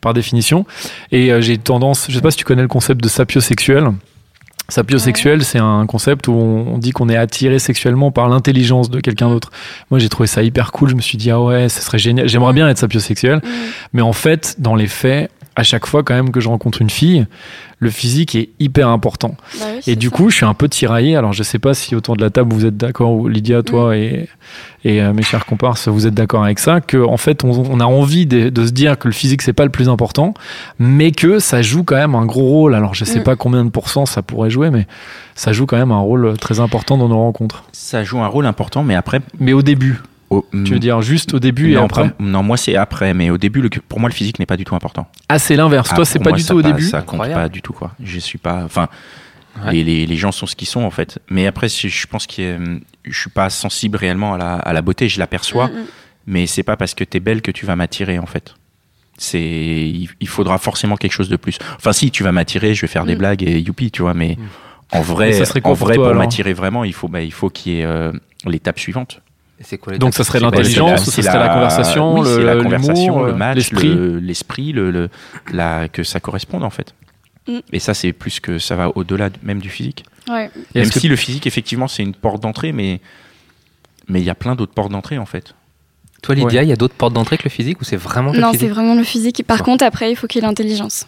[SPEAKER 5] par définition. Et euh, j'ai tendance, je sais pas si tu connais le concept de sapiosexuel. Sapiosexuel, c'est un concept où on on dit qu'on est attiré sexuellement par l'intelligence de quelqu'un d'autre. Moi, j'ai trouvé ça hyper cool. Je me suis dit, ah ouais, ce serait génial. J'aimerais bien être sapiosexuel.
[SPEAKER 4] Mm.
[SPEAKER 5] Mais en fait, dans les faits, à chaque fois quand même que je rencontre une fille, le physique est hyper important.
[SPEAKER 4] Bah oui,
[SPEAKER 5] Et
[SPEAKER 4] c'est
[SPEAKER 5] du
[SPEAKER 4] ça.
[SPEAKER 5] coup, je suis un peu tiraillé. Alors, je sais pas si autour de la table vous êtes d'accord, ou
[SPEAKER 4] Mm.
[SPEAKER 5] Lydia, toi et, et euh, mes chers comparses, vous êtes d'accord avec ça, que en fait, on, on a envie de, de se dire que le physique c'est pas le plus important, mais que ça joue quand même un gros rôle. Alors, je sais
[SPEAKER 4] Mm.
[SPEAKER 5] pas combien de pourcents ça pourrait jouer, mais ça joue quand même un rôle très important dans nos rencontres.
[SPEAKER 3] Ça joue un rôle important, mais après.
[SPEAKER 5] Mais au début,
[SPEAKER 3] au- mm,
[SPEAKER 5] tu veux dire juste au début et
[SPEAKER 3] non,
[SPEAKER 5] après
[SPEAKER 3] pour- non, moi c'est après, mais au début, le- pour moi le physique n'est pas du tout important.
[SPEAKER 5] Ah, c'est l'inverse.
[SPEAKER 3] Ah,
[SPEAKER 5] toi, c'est
[SPEAKER 3] pour
[SPEAKER 5] pas
[SPEAKER 3] moi,
[SPEAKER 5] du
[SPEAKER 3] ça
[SPEAKER 5] tout au
[SPEAKER 3] pas-
[SPEAKER 5] début.
[SPEAKER 3] Ça compte
[SPEAKER 6] Incroyable.
[SPEAKER 3] pas du tout quoi. Je suis pas. Enfin,
[SPEAKER 6] Ouais.
[SPEAKER 3] les, les- les gens sont ce qu'ils sont en fait. Mais après, c'est- je pense que euh, je suis pas sensible réellement à la, à la beauté. Je l'aperçois,
[SPEAKER 4] Mm, mm.
[SPEAKER 3] mais c'est pas parce que t'es belle que tu vas m'attirer en fait. C'est, il, il faudra forcément quelque chose de plus. Enfin, si tu vas m'attirer, je vais faire des
[SPEAKER 4] Mm.
[SPEAKER 3] blagues et youpi, tu vois. Mais
[SPEAKER 6] Mm.
[SPEAKER 3] en vrai,
[SPEAKER 5] Mais ça serait quoi
[SPEAKER 3] en
[SPEAKER 5] pour
[SPEAKER 3] vrai,
[SPEAKER 5] toi,
[SPEAKER 3] pour
[SPEAKER 5] alors
[SPEAKER 3] m'attirer vraiment, il faut, bah, il faut qu'il y ait euh, l'étape suivante.
[SPEAKER 6] Et c'est quoi les
[SPEAKER 5] Donc
[SPEAKER 6] deux
[SPEAKER 5] ça serait
[SPEAKER 6] C'est quoi les
[SPEAKER 5] l'intelligence,
[SPEAKER 6] deux
[SPEAKER 5] ça serait la conversation,
[SPEAKER 3] oui,
[SPEAKER 5] le-
[SPEAKER 3] c'est la
[SPEAKER 5] l'humour,
[SPEAKER 3] conversation,
[SPEAKER 5] euh,
[SPEAKER 3] le match,
[SPEAKER 5] l'esprit.
[SPEAKER 3] le- l'esprit, le, le- la, que ça corresponde en fait.
[SPEAKER 4] Mm.
[SPEAKER 3] Et ça, c'est plus que ça va au-delà de- même du physique.
[SPEAKER 4] Ouais.
[SPEAKER 5] Et
[SPEAKER 3] Même
[SPEAKER 5] est-ce que-
[SPEAKER 3] si le physique, effectivement, c'est une porte d'entrée, mais mais il y a plein d'autres portes d'entrée en fait.
[SPEAKER 6] Toi, Lydia, il y a d'autres portes d'entrée que le physique ou c'est vraiment le
[SPEAKER 4] Non, c'est
[SPEAKER 6] physique
[SPEAKER 4] vraiment le physique. Par
[SPEAKER 6] Bon.
[SPEAKER 4] contre, après, il faut qu'il y ait l'intelligence.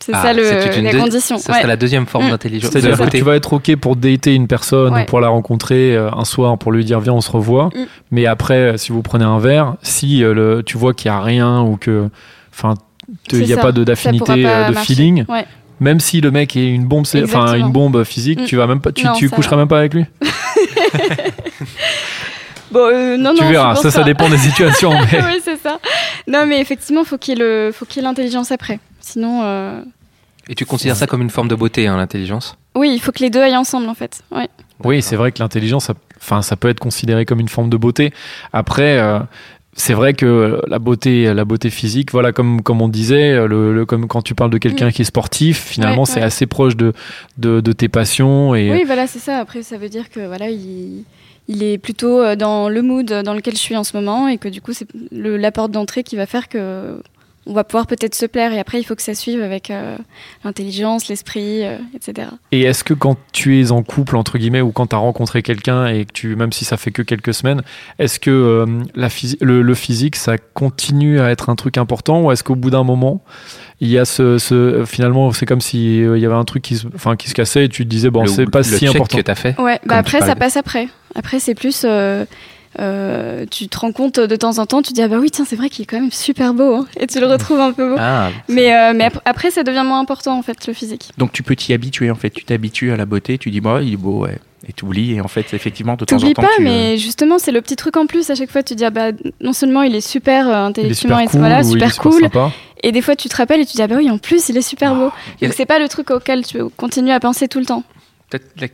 [SPEAKER 4] C'est
[SPEAKER 6] Ah,
[SPEAKER 4] ça le,
[SPEAKER 6] c'est toute une
[SPEAKER 4] la
[SPEAKER 6] deux-
[SPEAKER 4] condition.
[SPEAKER 6] Ça
[SPEAKER 4] Ouais.
[SPEAKER 6] serait la deuxième forme
[SPEAKER 4] Mm.
[SPEAKER 6] d'intelligence.
[SPEAKER 5] C'est-à-dire
[SPEAKER 6] de
[SPEAKER 5] que
[SPEAKER 6] beauté.
[SPEAKER 5] tu vas être OK pour dater une personne
[SPEAKER 4] Ouais.
[SPEAKER 5] ou pour la rencontrer euh, un soir pour lui dire viens on se revoit.
[SPEAKER 4] Mm.
[SPEAKER 5] Mais après, euh, si vous prenez un verre, si euh, le, tu vois qu'il n'y a rien ou que, enfin, te- il
[SPEAKER 4] C'est
[SPEAKER 5] n'y a
[SPEAKER 4] ça.
[SPEAKER 5] pas de-
[SPEAKER 4] Ça pourra
[SPEAKER 5] d'affinité
[SPEAKER 4] pas
[SPEAKER 5] euh, de
[SPEAKER 4] marcher.
[SPEAKER 5] feeling,
[SPEAKER 4] Ouais.
[SPEAKER 5] même si le mec est une bombe, c'est- enfin
[SPEAKER 4] Exactement.
[SPEAKER 5] une bombe physique,
[SPEAKER 4] Mm.
[SPEAKER 5] tu vas même pas, tu,
[SPEAKER 4] Non,
[SPEAKER 5] tu
[SPEAKER 4] ça
[SPEAKER 5] coucheras même pas avec lui.
[SPEAKER 4] Bon, euh, non,
[SPEAKER 5] tu
[SPEAKER 4] non,
[SPEAKER 5] verras,
[SPEAKER 4] c'est
[SPEAKER 5] ça,
[SPEAKER 4] pour
[SPEAKER 5] ça dépend des situations. mais-
[SPEAKER 4] oui, c'est ça. Non, mais effectivement, faut qu'il y ait le- faut qu'il y ait l'intelligence après. Sinon, euh,
[SPEAKER 6] Et tu considères ça comme une forme de beauté, hein, l'intelligence
[SPEAKER 4] oui, il faut que les deux aillent ensemble en fait. Ouais.
[SPEAKER 5] Oui, c'est vrai que l'intelligence, ça- enfin, ça peut être considéré comme une forme de beauté. Après, euh, c'est vrai que la beauté, la beauté physique, voilà, comme, comme on disait, le, le- comme quand tu parles de quelqu'un
[SPEAKER 4] Mm.
[SPEAKER 5] qui est sportif, finalement,
[SPEAKER 4] Ouais,
[SPEAKER 5] c'est
[SPEAKER 4] ouais.
[SPEAKER 5] assez proche de, de, de tes passions. Et, euh,
[SPEAKER 4] Oui, voilà, c'est ça. Après, ça veut dire que voilà, il, il est plutôt euh, dans le mood dans lequel je suis en ce moment et que du coup, c'est le- la porte d'entrée qui va faire que on va pouvoir peut-être se plaire. Et après, il faut que ça suive avec euh, l'intelligence, l'esprit, euh, etc.
[SPEAKER 5] Et est-ce que quand tu es en couple, entre guillemets, ou quand tu as rencontré quelqu'un et que tu, même si ça fait que quelques semaines, est-ce que euh, la physi- le, le physique, ça continue à être un truc important ou est-ce qu'au bout d'un moment, il y a ce, ce- finalement, c'est comme si euh, il y avait un truc qui se, enfin, qui se cassait et tu te disais, bon,
[SPEAKER 6] Le-
[SPEAKER 5] c'est pas
[SPEAKER 6] le
[SPEAKER 5] si
[SPEAKER 6] check
[SPEAKER 5] important.
[SPEAKER 6] que t'as fait.
[SPEAKER 4] Ouais, bah
[SPEAKER 6] tu
[SPEAKER 4] après, ça
[SPEAKER 6] parlais.
[SPEAKER 4] passe après. Après, c'est plus. euh, euh, tu te rends compte de temps en temps, tu dis ah bah oui tiens c'est vrai qu'il est quand même super beau hein. et tu le retrouves un peu beau.
[SPEAKER 6] Ah,
[SPEAKER 4] Mais, euh, mais ap- après ça devient moins important en fait le physique.
[SPEAKER 3] Donc tu peux t'y habituer en fait, tu t'habitues à la beauté, tu dis moi il est beau ouais. Et t'oublies et en fait effectivement de temps en
[SPEAKER 4] T'oublies
[SPEAKER 3] temps
[SPEAKER 4] pas,
[SPEAKER 3] tu, euh,
[SPEAKER 4] mais justement, c'est le petit truc en plus. À chaque fois, tu dis, ah bah, non seulement il est super euh,
[SPEAKER 5] Il est
[SPEAKER 4] intellectuellement,
[SPEAKER 5] super
[SPEAKER 4] et,
[SPEAKER 5] cool,
[SPEAKER 4] voilà,
[SPEAKER 5] ou il est
[SPEAKER 4] super
[SPEAKER 5] super
[SPEAKER 4] cool.
[SPEAKER 5] sympa. Ah.
[SPEAKER 4] et des fois, tu te rappelles et tu dis, ah bah oui, en plus, il est super beau.
[SPEAKER 6] Il y a-
[SPEAKER 4] Donc, c'est pas le truc auquel tu continues à penser tout le temps.
[SPEAKER 6] peut-être la-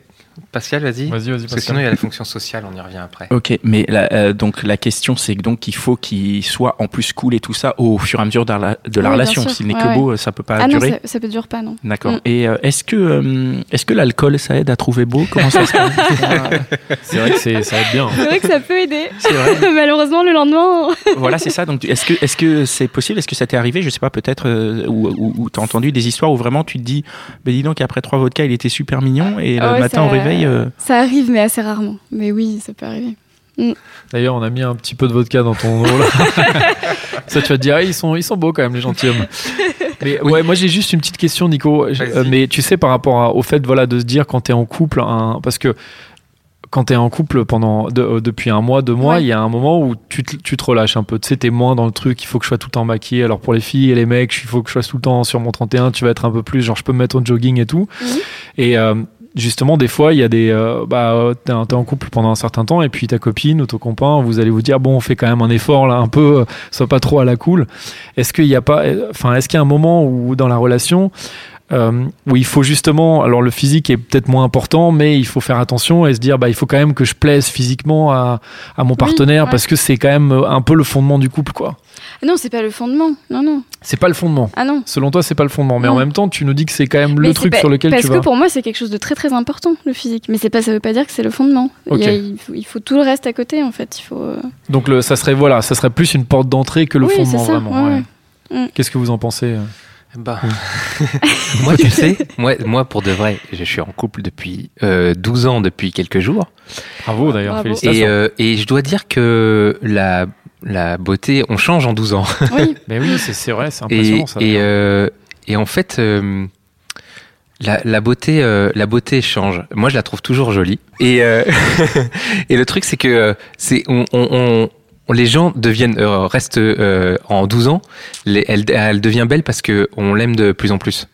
[SPEAKER 6] Pascal, vas-y.
[SPEAKER 5] Vas-y, vas-y,
[SPEAKER 6] Parce que sinon, il y a la fonction sociale, on y revient après.
[SPEAKER 3] Ok, mais la, euh, donc la question c'est que donc qu'il faut qu'il soit en plus cool et tout ça au fur et à mesure de la, de la
[SPEAKER 4] Oui, bien
[SPEAKER 3] relation.
[SPEAKER 4] sûr.
[SPEAKER 3] S'il n'est
[SPEAKER 4] Ouais,
[SPEAKER 3] que
[SPEAKER 4] ouais.
[SPEAKER 3] beau, euh, ça peut pas
[SPEAKER 4] Ah non,
[SPEAKER 3] durer.
[SPEAKER 4] ça, ça peut dure pas, non.
[SPEAKER 3] D'accord.
[SPEAKER 4] Mm.
[SPEAKER 3] Et euh, est-ce que euh, est-ce que l'alcool ça aide à trouver beau Comment ça se passe
[SPEAKER 5] C'est vrai que c'est- ça va être bien.
[SPEAKER 4] C'est vrai que ça peut aider.
[SPEAKER 3] C'est vrai.
[SPEAKER 4] Malheureusement, le lendemain,
[SPEAKER 3] Voilà, c'est ça. Donc tu- est-ce que est-ce que c'est possible Est-ce que ça t'est arrivé Je sais pas, peut-être euh, ou, ou, ou t'as entendu des histoires où vraiment tu te dis, ben dis donc après trois vodka il était super mignon et le
[SPEAKER 4] Ah ouais,
[SPEAKER 3] matin
[SPEAKER 4] ça-
[SPEAKER 3] au réveil. euh,
[SPEAKER 4] ça arrive, mais assez rarement. Mais oui, ça peut arriver.
[SPEAKER 5] D'ailleurs, on a mis un petit peu de vodka dans ton eau. Là. ça, tu vas te dire, ah, ils sont, ils sont beaux quand même, les gentilshommes. Mais ouais, moi j'ai juste une petite question, Nico. Je-
[SPEAKER 6] Vas-y.
[SPEAKER 5] euh, mais tu sais, par rapport à- au fait, voilà, de se dire quand t'es en couple, un- parce que quand t'es en couple pendant de- euh, depuis un mois, deux mois,
[SPEAKER 4] Ouais.
[SPEAKER 5] il y a un moment où tu te, tu te relâches un peu. Tu sais, t'es moins dans le truc. Il faut que je sois tout le temps maquillé. Alors pour les filles et les mecs, il faut que je sois tout le temps sur mon 31. Tu vas être un peu plus, genre je peux me mettre au jogging et tout.
[SPEAKER 4] Mhm.
[SPEAKER 5] Et euh, justement, des fois, il y a des. euh, bah, euh, t'es un- t'es en couple pendant un certain temps, et puis ta copine ou ton copain, vous allez vous dire, bon, on fait quand même un effort, là, un peu, euh, sois pas trop à la cool. Est-ce qu'il y a pas. euh, Enfin, est-ce qu'il y a un moment où, dans la relation, euh, où il faut justement. Alors, le physique est peut-être moins important, mais il faut faire attention et se dire, bah, il faut quand même que je plaise physiquement à, à mon partenaire,
[SPEAKER 4] ouais.
[SPEAKER 5] parce que c'est quand même euh, un peu le fondement du couple, quoi.
[SPEAKER 4] Ah Non, c'est pas le fondement. Non, non.
[SPEAKER 5] C'est pas le fondement.
[SPEAKER 4] Ah non.
[SPEAKER 5] Selon toi, c'est pas le fondement, mais en
[SPEAKER 4] Non.
[SPEAKER 5] même temps, tu nous dis que c'est quand même
[SPEAKER 4] Mais
[SPEAKER 5] le
[SPEAKER 4] c'est
[SPEAKER 5] truc
[SPEAKER 4] pas-
[SPEAKER 5] sur lequel
[SPEAKER 4] parce
[SPEAKER 5] tu
[SPEAKER 4] que
[SPEAKER 5] vas.
[SPEAKER 4] pour moi, c'est quelque chose de très très important, le physique. Mais c'est pas, ça veut pas dire que c'est le fondement. Il, y a-
[SPEAKER 5] Ok.
[SPEAKER 4] il faut, il faut tout le reste à côté, en fait. Il faut. euh,
[SPEAKER 5] Donc le, ça serait voilà, ça serait plus une porte d'entrée que le
[SPEAKER 4] Oui, c'est
[SPEAKER 5] fondement
[SPEAKER 4] ça,
[SPEAKER 5] vraiment.
[SPEAKER 4] ouais, ouais. Mm.
[SPEAKER 5] Qu'est-ce que vous en pensez euh
[SPEAKER 6] Bah. moi, tu sais, moi, moi, pour de vrai, je suis en couple depuis euh, 12 ans, depuis quelques jours.
[SPEAKER 5] Bravo d'ailleurs,
[SPEAKER 4] Bravo.
[SPEAKER 5] félicitations.
[SPEAKER 6] Et, euh, et je dois dire que la, la beauté, on change en 12 ans.
[SPEAKER 4] Oui.
[SPEAKER 5] Mais oui, c'est- c'est vrai, c'est
[SPEAKER 6] euh, Et,
[SPEAKER 5] impressionnant ça.
[SPEAKER 6] et, euh, et en fait, euh, la, la beauté, euh, la beauté change. Moi, je la trouve toujours jolie. Et, euh, et le truc, c'est que euh, c'est on, on- on- on- les gens deviennent euh, restent euh, en 12 ans. les- elle, elle devient belle parce que on l'aime de plus en plus.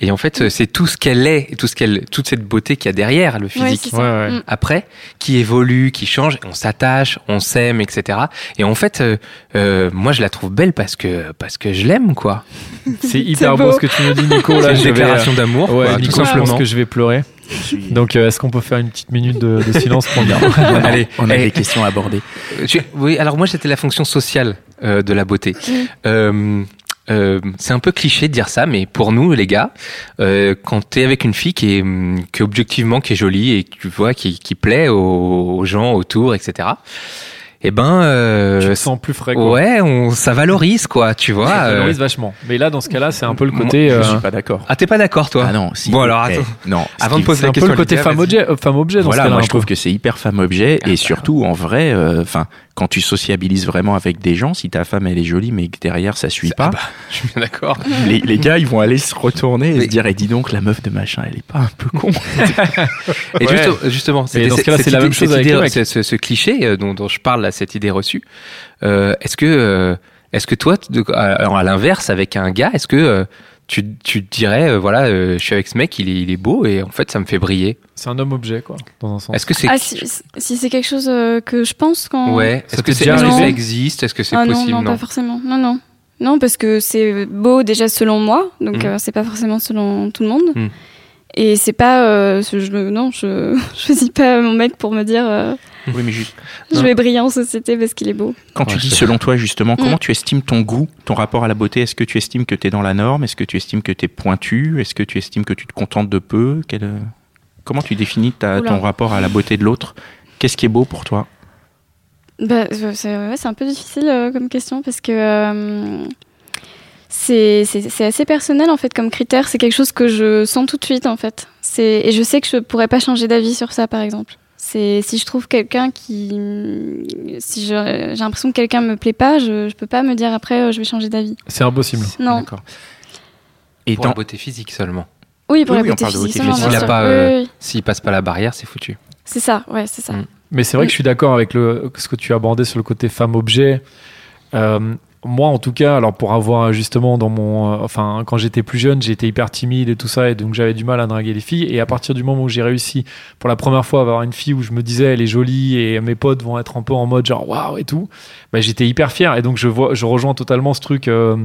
[SPEAKER 6] Et en fait, euh, c'est tout ce qu'elle est, et tout ce qu'elle, toute cette beauté qu'il y a derrière le
[SPEAKER 4] Ouais,
[SPEAKER 6] physique
[SPEAKER 4] c'est
[SPEAKER 5] ouais,
[SPEAKER 4] ça.
[SPEAKER 5] ouais.
[SPEAKER 4] Mm.
[SPEAKER 6] après, qui évolue, qui change, on s'attache, on s'aime, etc. Et en fait, euh, euh, moi, je la trouve belle parce que parce que je l'aime, quoi.
[SPEAKER 5] C'est hyper
[SPEAKER 4] beau.
[SPEAKER 5] beau ce que tu nous dis, Nico. Là,
[SPEAKER 6] C'est une
[SPEAKER 5] je vais, euh,
[SPEAKER 6] déclaration d'amour,
[SPEAKER 5] Ouais,
[SPEAKER 6] quoi, tout
[SPEAKER 5] Nico, je pense
[SPEAKER 6] simplement.
[SPEAKER 5] que je vais pleurer. Donc, euh, est-ce qu'on peut faire une petite minute de, de silence pour dire
[SPEAKER 6] Allez,
[SPEAKER 3] on a
[SPEAKER 6] eh,
[SPEAKER 3] des questions à aborder.
[SPEAKER 6] tu- oui, alors moi, c'était la fonction sociale euh, de la beauté. Euh, euh, c'est un peu cliché de dire ça, mais pour nous, les gars, euh, quand t'es avec une fille qui est, hum, qui est objectivement qui est jolie et que tu vois qui, qui plaît aux, aux gens autour, etc. Eh ben, euh,
[SPEAKER 5] Je te sens plus frais. quoi.
[SPEAKER 6] Ouais, on, ça valorise quoi, tu vois.
[SPEAKER 5] Ça
[SPEAKER 6] euh.
[SPEAKER 5] valorise vachement. Mais là, dans ce cas-là, c'est un peu le côté. euh,
[SPEAKER 3] Je suis pas d'accord.
[SPEAKER 6] Ah, t'es pas d'accord toi
[SPEAKER 3] Ah non. si-
[SPEAKER 6] Bon, alors,
[SPEAKER 3] eh,
[SPEAKER 6] attends.
[SPEAKER 3] non. ce
[SPEAKER 6] Avant
[SPEAKER 3] qui-
[SPEAKER 6] de poser
[SPEAKER 5] C'est
[SPEAKER 6] la
[SPEAKER 5] un peu
[SPEAKER 6] question,
[SPEAKER 5] le côté
[SPEAKER 6] Lydia,
[SPEAKER 5] femme
[SPEAKER 6] vas-y.
[SPEAKER 5] objet, euh, femme objet dans ce
[SPEAKER 3] Voilà,
[SPEAKER 5] cas-là.
[SPEAKER 3] moi
[SPEAKER 5] un
[SPEAKER 3] je trouve
[SPEAKER 5] peu.
[SPEAKER 3] que c'est hyper femme objet
[SPEAKER 6] Ah,
[SPEAKER 3] et surtout en vrai, euh, enfin quand tu sociabilises vraiment avec des gens, si ta femme elle est jolie mais que derrière ça suit pas,
[SPEAKER 6] Je suis bien d'accord.
[SPEAKER 3] les, les gars ils vont aller se retourner et
[SPEAKER 6] bah. Mais-
[SPEAKER 3] se dire et dis donc la meuf de machin elle est pas un peu con.
[SPEAKER 6] Et
[SPEAKER 5] Ouais.
[SPEAKER 6] juste- justement, c'était
[SPEAKER 5] dans ce
[SPEAKER 6] cette-
[SPEAKER 5] cas-là,
[SPEAKER 6] cette
[SPEAKER 5] c'est la
[SPEAKER 6] idée-
[SPEAKER 5] même chose
[SPEAKER 6] cette
[SPEAKER 5] avec
[SPEAKER 6] idée-
[SPEAKER 5] le mec.
[SPEAKER 6] Ce, ce- ce cliché euh, dont, dont je parle, là, cette idée reçue. euh, est-ce que, euh, est-ce que toi, tu- de- alors, à l'inverse, avec un gars, est-ce que euh, tu, tu te dirais, euh, voilà, euh, je suis avec ce mec, il est, il est beau et en fait, ça me fait briller.
[SPEAKER 5] C'est un homme objet, quoi, dans un sens.
[SPEAKER 6] Est-ce que c'est,
[SPEAKER 4] Ah, si, si c'est quelque chose euh, que je pense quand.
[SPEAKER 6] ouais,
[SPEAKER 5] Ça
[SPEAKER 6] est-ce
[SPEAKER 5] t'est
[SPEAKER 6] que, c'est,
[SPEAKER 5] déjà
[SPEAKER 6] est-ce que
[SPEAKER 4] arrivé
[SPEAKER 6] ça existe, est-ce que c'est
[SPEAKER 4] Ah non,
[SPEAKER 6] possible
[SPEAKER 4] non, pas forcément. Non, non. Non, parce que c'est beau déjà selon moi, donc
[SPEAKER 6] Mhm.
[SPEAKER 5] Mm.
[SPEAKER 4] euh, c'est pas forcément selon tout le monde.
[SPEAKER 6] Mhm.
[SPEAKER 4] Et c'est pas. euh, ce- je, me- non, je je choisis pas mon mec pour me dire euh,
[SPEAKER 3] Oui, mais juste,
[SPEAKER 4] je
[SPEAKER 3] Non.
[SPEAKER 4] vais briller en société parce qu'il est beau.
[SPEAKER 3] quand tu
[SPEAKER 6] Ouais,
[SPEAKER 3] dis
[SPEAKER 6] c'est
[SPEAKER 3] selon toi, justement,
[SPEAKER 4] Mm.
[SPEAKER 3] comment tu estimes ton goût, ton rapport à la beauté Est-ce que tu estimes que tu es dans la norme Est-ce que tu estimes que tu es pointu Est-ce que tu estimes que tu te contentes de peu Quel, euh, Comment tu définis ta-
[SPEAKER 4] Oula.
[SPEAKER 3] ton rapport à la beauté de l'autre Qu'est-ce qui est beau pour toi
[SPEAKER 4] Bah, euh, c'est ouais, c'est un peu difficile euh, comme question parce que euh, c'est c'est- c'est assez personnel en fait comme critère. C'est quelque chose que je sens tout de suite en fait. C'est- Et je sais que je pourrais pas changer d'avis sur ça par exemple. C'est si je trouve quelqu'un qui, si je- j'ai l'impression que quelqu'un me plaît pas, je, je peux pas me dire après euh, je vais changer d'avis.
[SPEAKER 5] C'est impossible.
[SPEAKER 4] Non.
[SPEAKER 3] D'accord. Et
[SPEAKER 6] Pour
[SPEAKER 3] dans-
[SPEAKER 6] la beauté physique seulement.
[SPEAKER 4] Oui pour
[SPEAKER 3] Oui,
[SPEAKER 4] la
[SPEAKER 3] oui, on
[SPEAKER 4] beauté
[SPEAKER 3] parle de
[SPEAKER 4] physique.
[SPEAKER 3] beauté
[SPEAKER 4] seulement,
[SPEAKER 3] physique.
[SPEAKER 4] bien
[SPEAKER 6] Il a
[SPEAKER 4] sûr.
[SPEAKER 6] pas,
[SPEAKER 4] Oui,
[SPEAKER 6] euh,
[SPEAKER 4] oui, oui.
[SPEAKER 6] S'il passe pas la barrière, c'est foutu.
[SPEAKER 4] C'est ça, ouais, c'est ça.
[SPEAKER 6] Mm.
[SPEAKER 5] Mais c'est vrai que je suis d'accord avec le, ce que tu as abordé sur le côté femme-objet. Euh, moi, en tout cas, alors pour avoir justement dans mon. euh, enfin, quand j'étais plus jeune, j'étais hyper timide et tout ça, et donc j'avais du mal à draguer les filles. Et à partir du moment où j'ai réussi pour la première fois à avoir une fille où je me disais elle est jolie et mes potes vont être un peu en mode genre waouh et tout, bah, j'étais hyper fier. Et donc je, vois, je rejoins totalement ce truc euh,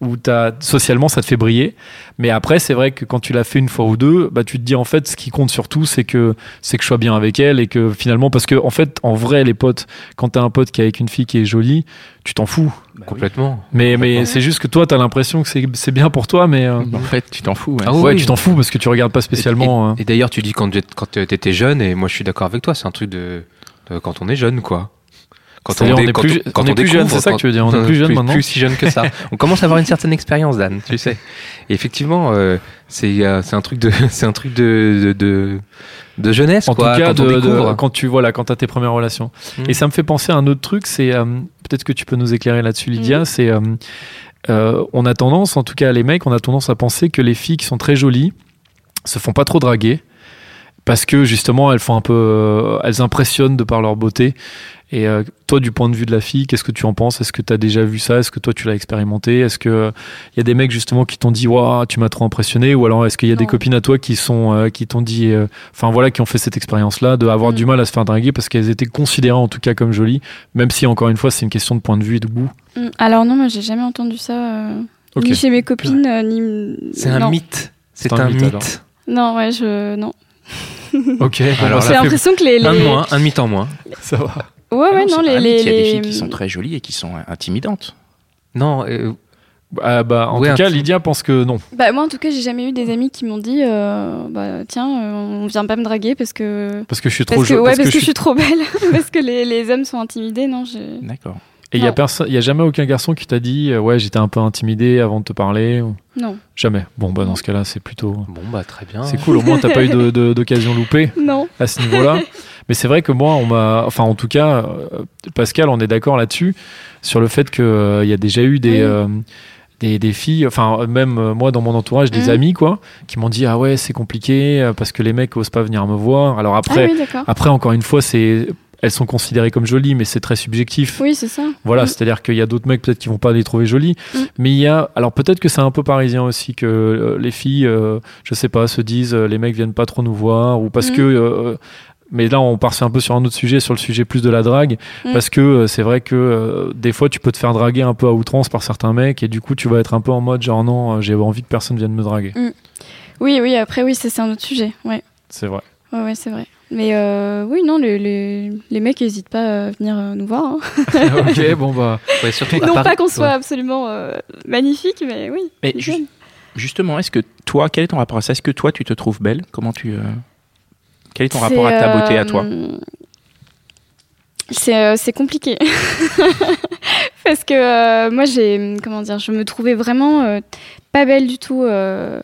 [SPEAKER 5] où as, socialement ça te fait briller. Mais après, c'est vrai que quand tu l'as fait une fois ou deux, bah, tu te dis en fait ce qui compte surtout, c'est que c'est que je sois bien avec elle et que finalement parce que en fait en vrai les potes quand t'as un pote qui est avec une fille qui est jolie tu t'en fous
[SPEAKER 6] Complètement.
[SPEAKER 5] mais mais c'est juste que toi t'as l'impression que c'est c'est bien pour toi mais euh,
[SPEAKER 6] Mm.
[SPEAKER 3] En fait, tu t'en fous. ouais.
[SPEAKER 6] Ah oui,
[SPEAKER 5] ouais
[SPEAKER 6] oui.
[SPEAKER 5] tu t'en fous parce que tu regardes pas spécialement hein.
[SPEAKER 6] Et, et d'ailleurs, tu dis quand tu quand tu étais jeune, et moi je suis d'accord avec toi, c'est un truc de, de- quand on est jeune, quoi. Quand
[SPEAKER 5] C'est-à-dire, on est plus- on est plus jeune,
[SPEAKER 6] découvre, Mmh,
[SPEAKER 5] c'est ça que tu veux dire, on est plus jeune maintenant
[SPEAKER 6] Plus si jeune que ça. on commence à avoir une certaine expérience, Dan, tu sais. Et effectivement, euh, c'est euh, c'est un truc de c'est un truc de de, de, de jeunesse,
[SPEAKER 5] en
[SPEAKER 6] quoi.
[SPEAKER 5] tout cas
[SPEAKER 6] quand on
[SPEAKER 5] de- de-
[SPEAKER 6] découvre.
[SPEAKER 5] quand tu voilà quand t'as tes premières relations
[SPEAKER 6] Mm.
[SPEAKER 5] et ça me fait penser à un autre truc c'est euh, peut-être que tu peux nous éclairer là-dessus Lydia
[SPEAKER 4] Mm.
[SPEAKER 5] c'est euh, euh, on a tendance en tout cas les mecs on a tendance à penser que les filles qui sont très jolies se font pas trop draguer parce que justement elles font un peu euh, elles impressionnent de par leur beauté et euh, toi du point de vue de la fille qu'est-ce que tu en penses est-ce que tu as déjà vu ça est-ce que toi tu l'as expérimenté est-ce que euh, il y a des mecs justement qui t'ont dit waouh tu m'as trop impressionné ou alors est-ce qu'il y a des
[SPEAKER 4] Non.
[SPEAKER 5] copines à toi qui sont euh, qui t'ont dit euh, enfin voilà qui ont fait cette expérience là de avoir
[SPEAKER 4] Mm.
[SPEAKER 5] du mal à se faire draguer parce qu'elles étaient considérées en tout cas comme jolies même si encore une fois c'est une question de point de vue et de goût
[SPEAKER 4] Mm. Alors non, moi j'ai jamais entendu ça, euh,
[SPEAKER 5] Ok.
[SPEAKER 4] ni chez mes copines, euh, ni.
[SPEAKER 6] C'est un
[SPEAKER 4] non.
[SPEAKER 6] mythe. C'est
[SPEAKER 5] C'est un
[SPEAKER 6] un
[SPEAKER 5] mythe, alors.
[SPEAKER 6] mythe.
[SPEAKER 4] Non, ouais, je non.
[SPEAKER 5] ok
[SPEAKER 6] Alors
[SPEAKER 4] J'ai
[SPEAKER 6] là,
[SPEAKER 4] l'impression que les, les...
[SPEAKER 6] Un de moins, un de mythe en moins.
[SPEAKER 5] ça va
[SPEAKER 4] Ouais,
[SPEAKER 3] Ah
[SPEAKER 4] ouais,
[SPEAKER 3] non,
[SPEAKER 4] non,
[SPEAKER 3] c'est
[SPEAKER 4] les,
[SPEAKER 3] pas un
[SPEAKER 4] les,
[SPEAKER 3] mythe, Il y a des
[SPEAKER 4] les-
[SPEAKER 3] filles qui sont très jolies et qui sont euh, intimidantes.
[SPEAKER 6] Non, euh,
[SPEAKER 5] Ah bah, en
[SPEAKER 6] Ouais,
[SPEAKER 5] tout
[SPEAKER 6] un
[SPEAKER 5] cas
[SPEAKER 6] petit-
[SPEAKER 5] Lydia pense que non
[SPEAKER 4] Bah, moi, en tout cas, j'ai jamais eu des amis qui m'ont dit euh, bah, Tiens, euh, on vient pas me draguer parce que.
[SPEAKER 5] parce que je suis trop
[SPEAKER 4] Parce que,
[SPEAKER 5] jolie
[SPEAKER 4] ouais, parce, que, je suis trop belle, parce que les, les hommes sont intimidés, non. j'ai-
[SPEAKER 3] D'accord.
[SPEAKER 5] et il y a
[SPEAKER 4] Non.
[SPEAKER 5] personne il y a jamais aucun garçon qui t'a dit euh, ouais j'étais un peu intimidé avant de te parler ou-
[SPEAKER 4] Non.
[SPEAKER 5] jamais bon bah dans ce cas-là c'est plutôt
[SPEAKER 6] bon bah très bien.
[SPEAKER 5] c'est cool au moins t'as pas eu de- de- d'occasion loupée
[SPEAKER 4] Non.
[SPEAKER 5] à ce niveau-là. Mais c'est vrai que moi, on m'a, enfin en tout cas, euh, Pascal, on est d'accord là-dessus sur le fait que euh, il y a déjà eu des
[SPEAKER 4] Oui.
[SPEAKER 5] euh, des, des filles, enfin même euh, moi dans mon entourage, des
[SPEAKER 4] Mhm.
[SPEAKER 5] amis quoi, qui m'ont dit ah ouais c'est compliqué euh, parce que les mecs osent pas venir me voir. Alors après,
[SPEAKER 4] Ah oui, d'accord.
[SPEAKER 5] après encore une fois c'est elles sont considérées comme jolies, mais c'est très subjectif.
[SPEAKER 4] Oui, c'est ça.
[SPEAKER 5] Voilà,
[SPEAKER 4] Mm.
[SPEAKER 5] c'est-à-dire qu'il y a d'autres mecs peut-être qui vont pas les trouver jolies,
[SPEAKER 4] Mm.
[SPEAKER 5] mais il y a, alors peut-être que c'est un peu parisien aussi que euh, les filles, euh, je sais pas, se disent euh, les mecs viennent pas trop nous voir ou parce
[SPEAKER 4] Mm.
[SPEAKER 5] que, euh, mais là on part un peu sur un autre sujet, sur le sujet plus de la drague,
[SPEAKER 4] Mm.
[SPEAKER 5] parce que euh, c'est vrai que euh, des fois tu peux te faire draguer un peu à outrance par certains mecs et du coup tu vas être un peu en mode genre non, euh, j'ai envie que personne vienne me draguer,
[SPEAKER 4] Oui, oui, après, oui, ça, c'est un autre sujet. Ouais,
[SPEAKER 5] c'est vrai.
[SPEAKER 4] ouais, ouais, c'est vrai. Mais euh, oui, non, les, les, les mecs n'hésitent pas à venir euh, nous voir. hein.
[SPEAKER 5] ok, bon bah,
[SPEAKER 6] Ouais, surtout à
[SPEAKER 4] Non
[SPEAKER 6] Paris.
[SPEAKER 4] pas qu'on soit
[SPEAKER 6] Ouais.
[SPEAKER 4] absolument euh, magnifique, mais oui.
[SPEAKER 3] Mais
[SPEAKER 4] ils
[SPEAKER 3] ju-
[SPEAKER 4] aiment.
[SPEAKER 3] justement, est-ce que toi, quel est ton rapport à ça Est-ce que toi, tu te trouves belle Comment tu euh, Quel est ton rapport à
[SPEAKER 4] C'est,
[SPEAKER 3] ta
[SPEAKER 4] euh,
[SPEAKER 3] beauté à toi
[SPEAKER 4] C'est euh, c'est compliqué. Parce que euh, moi, j'ai. Comment dire Je me trouvais vraiment euh, pas belle du tout euh,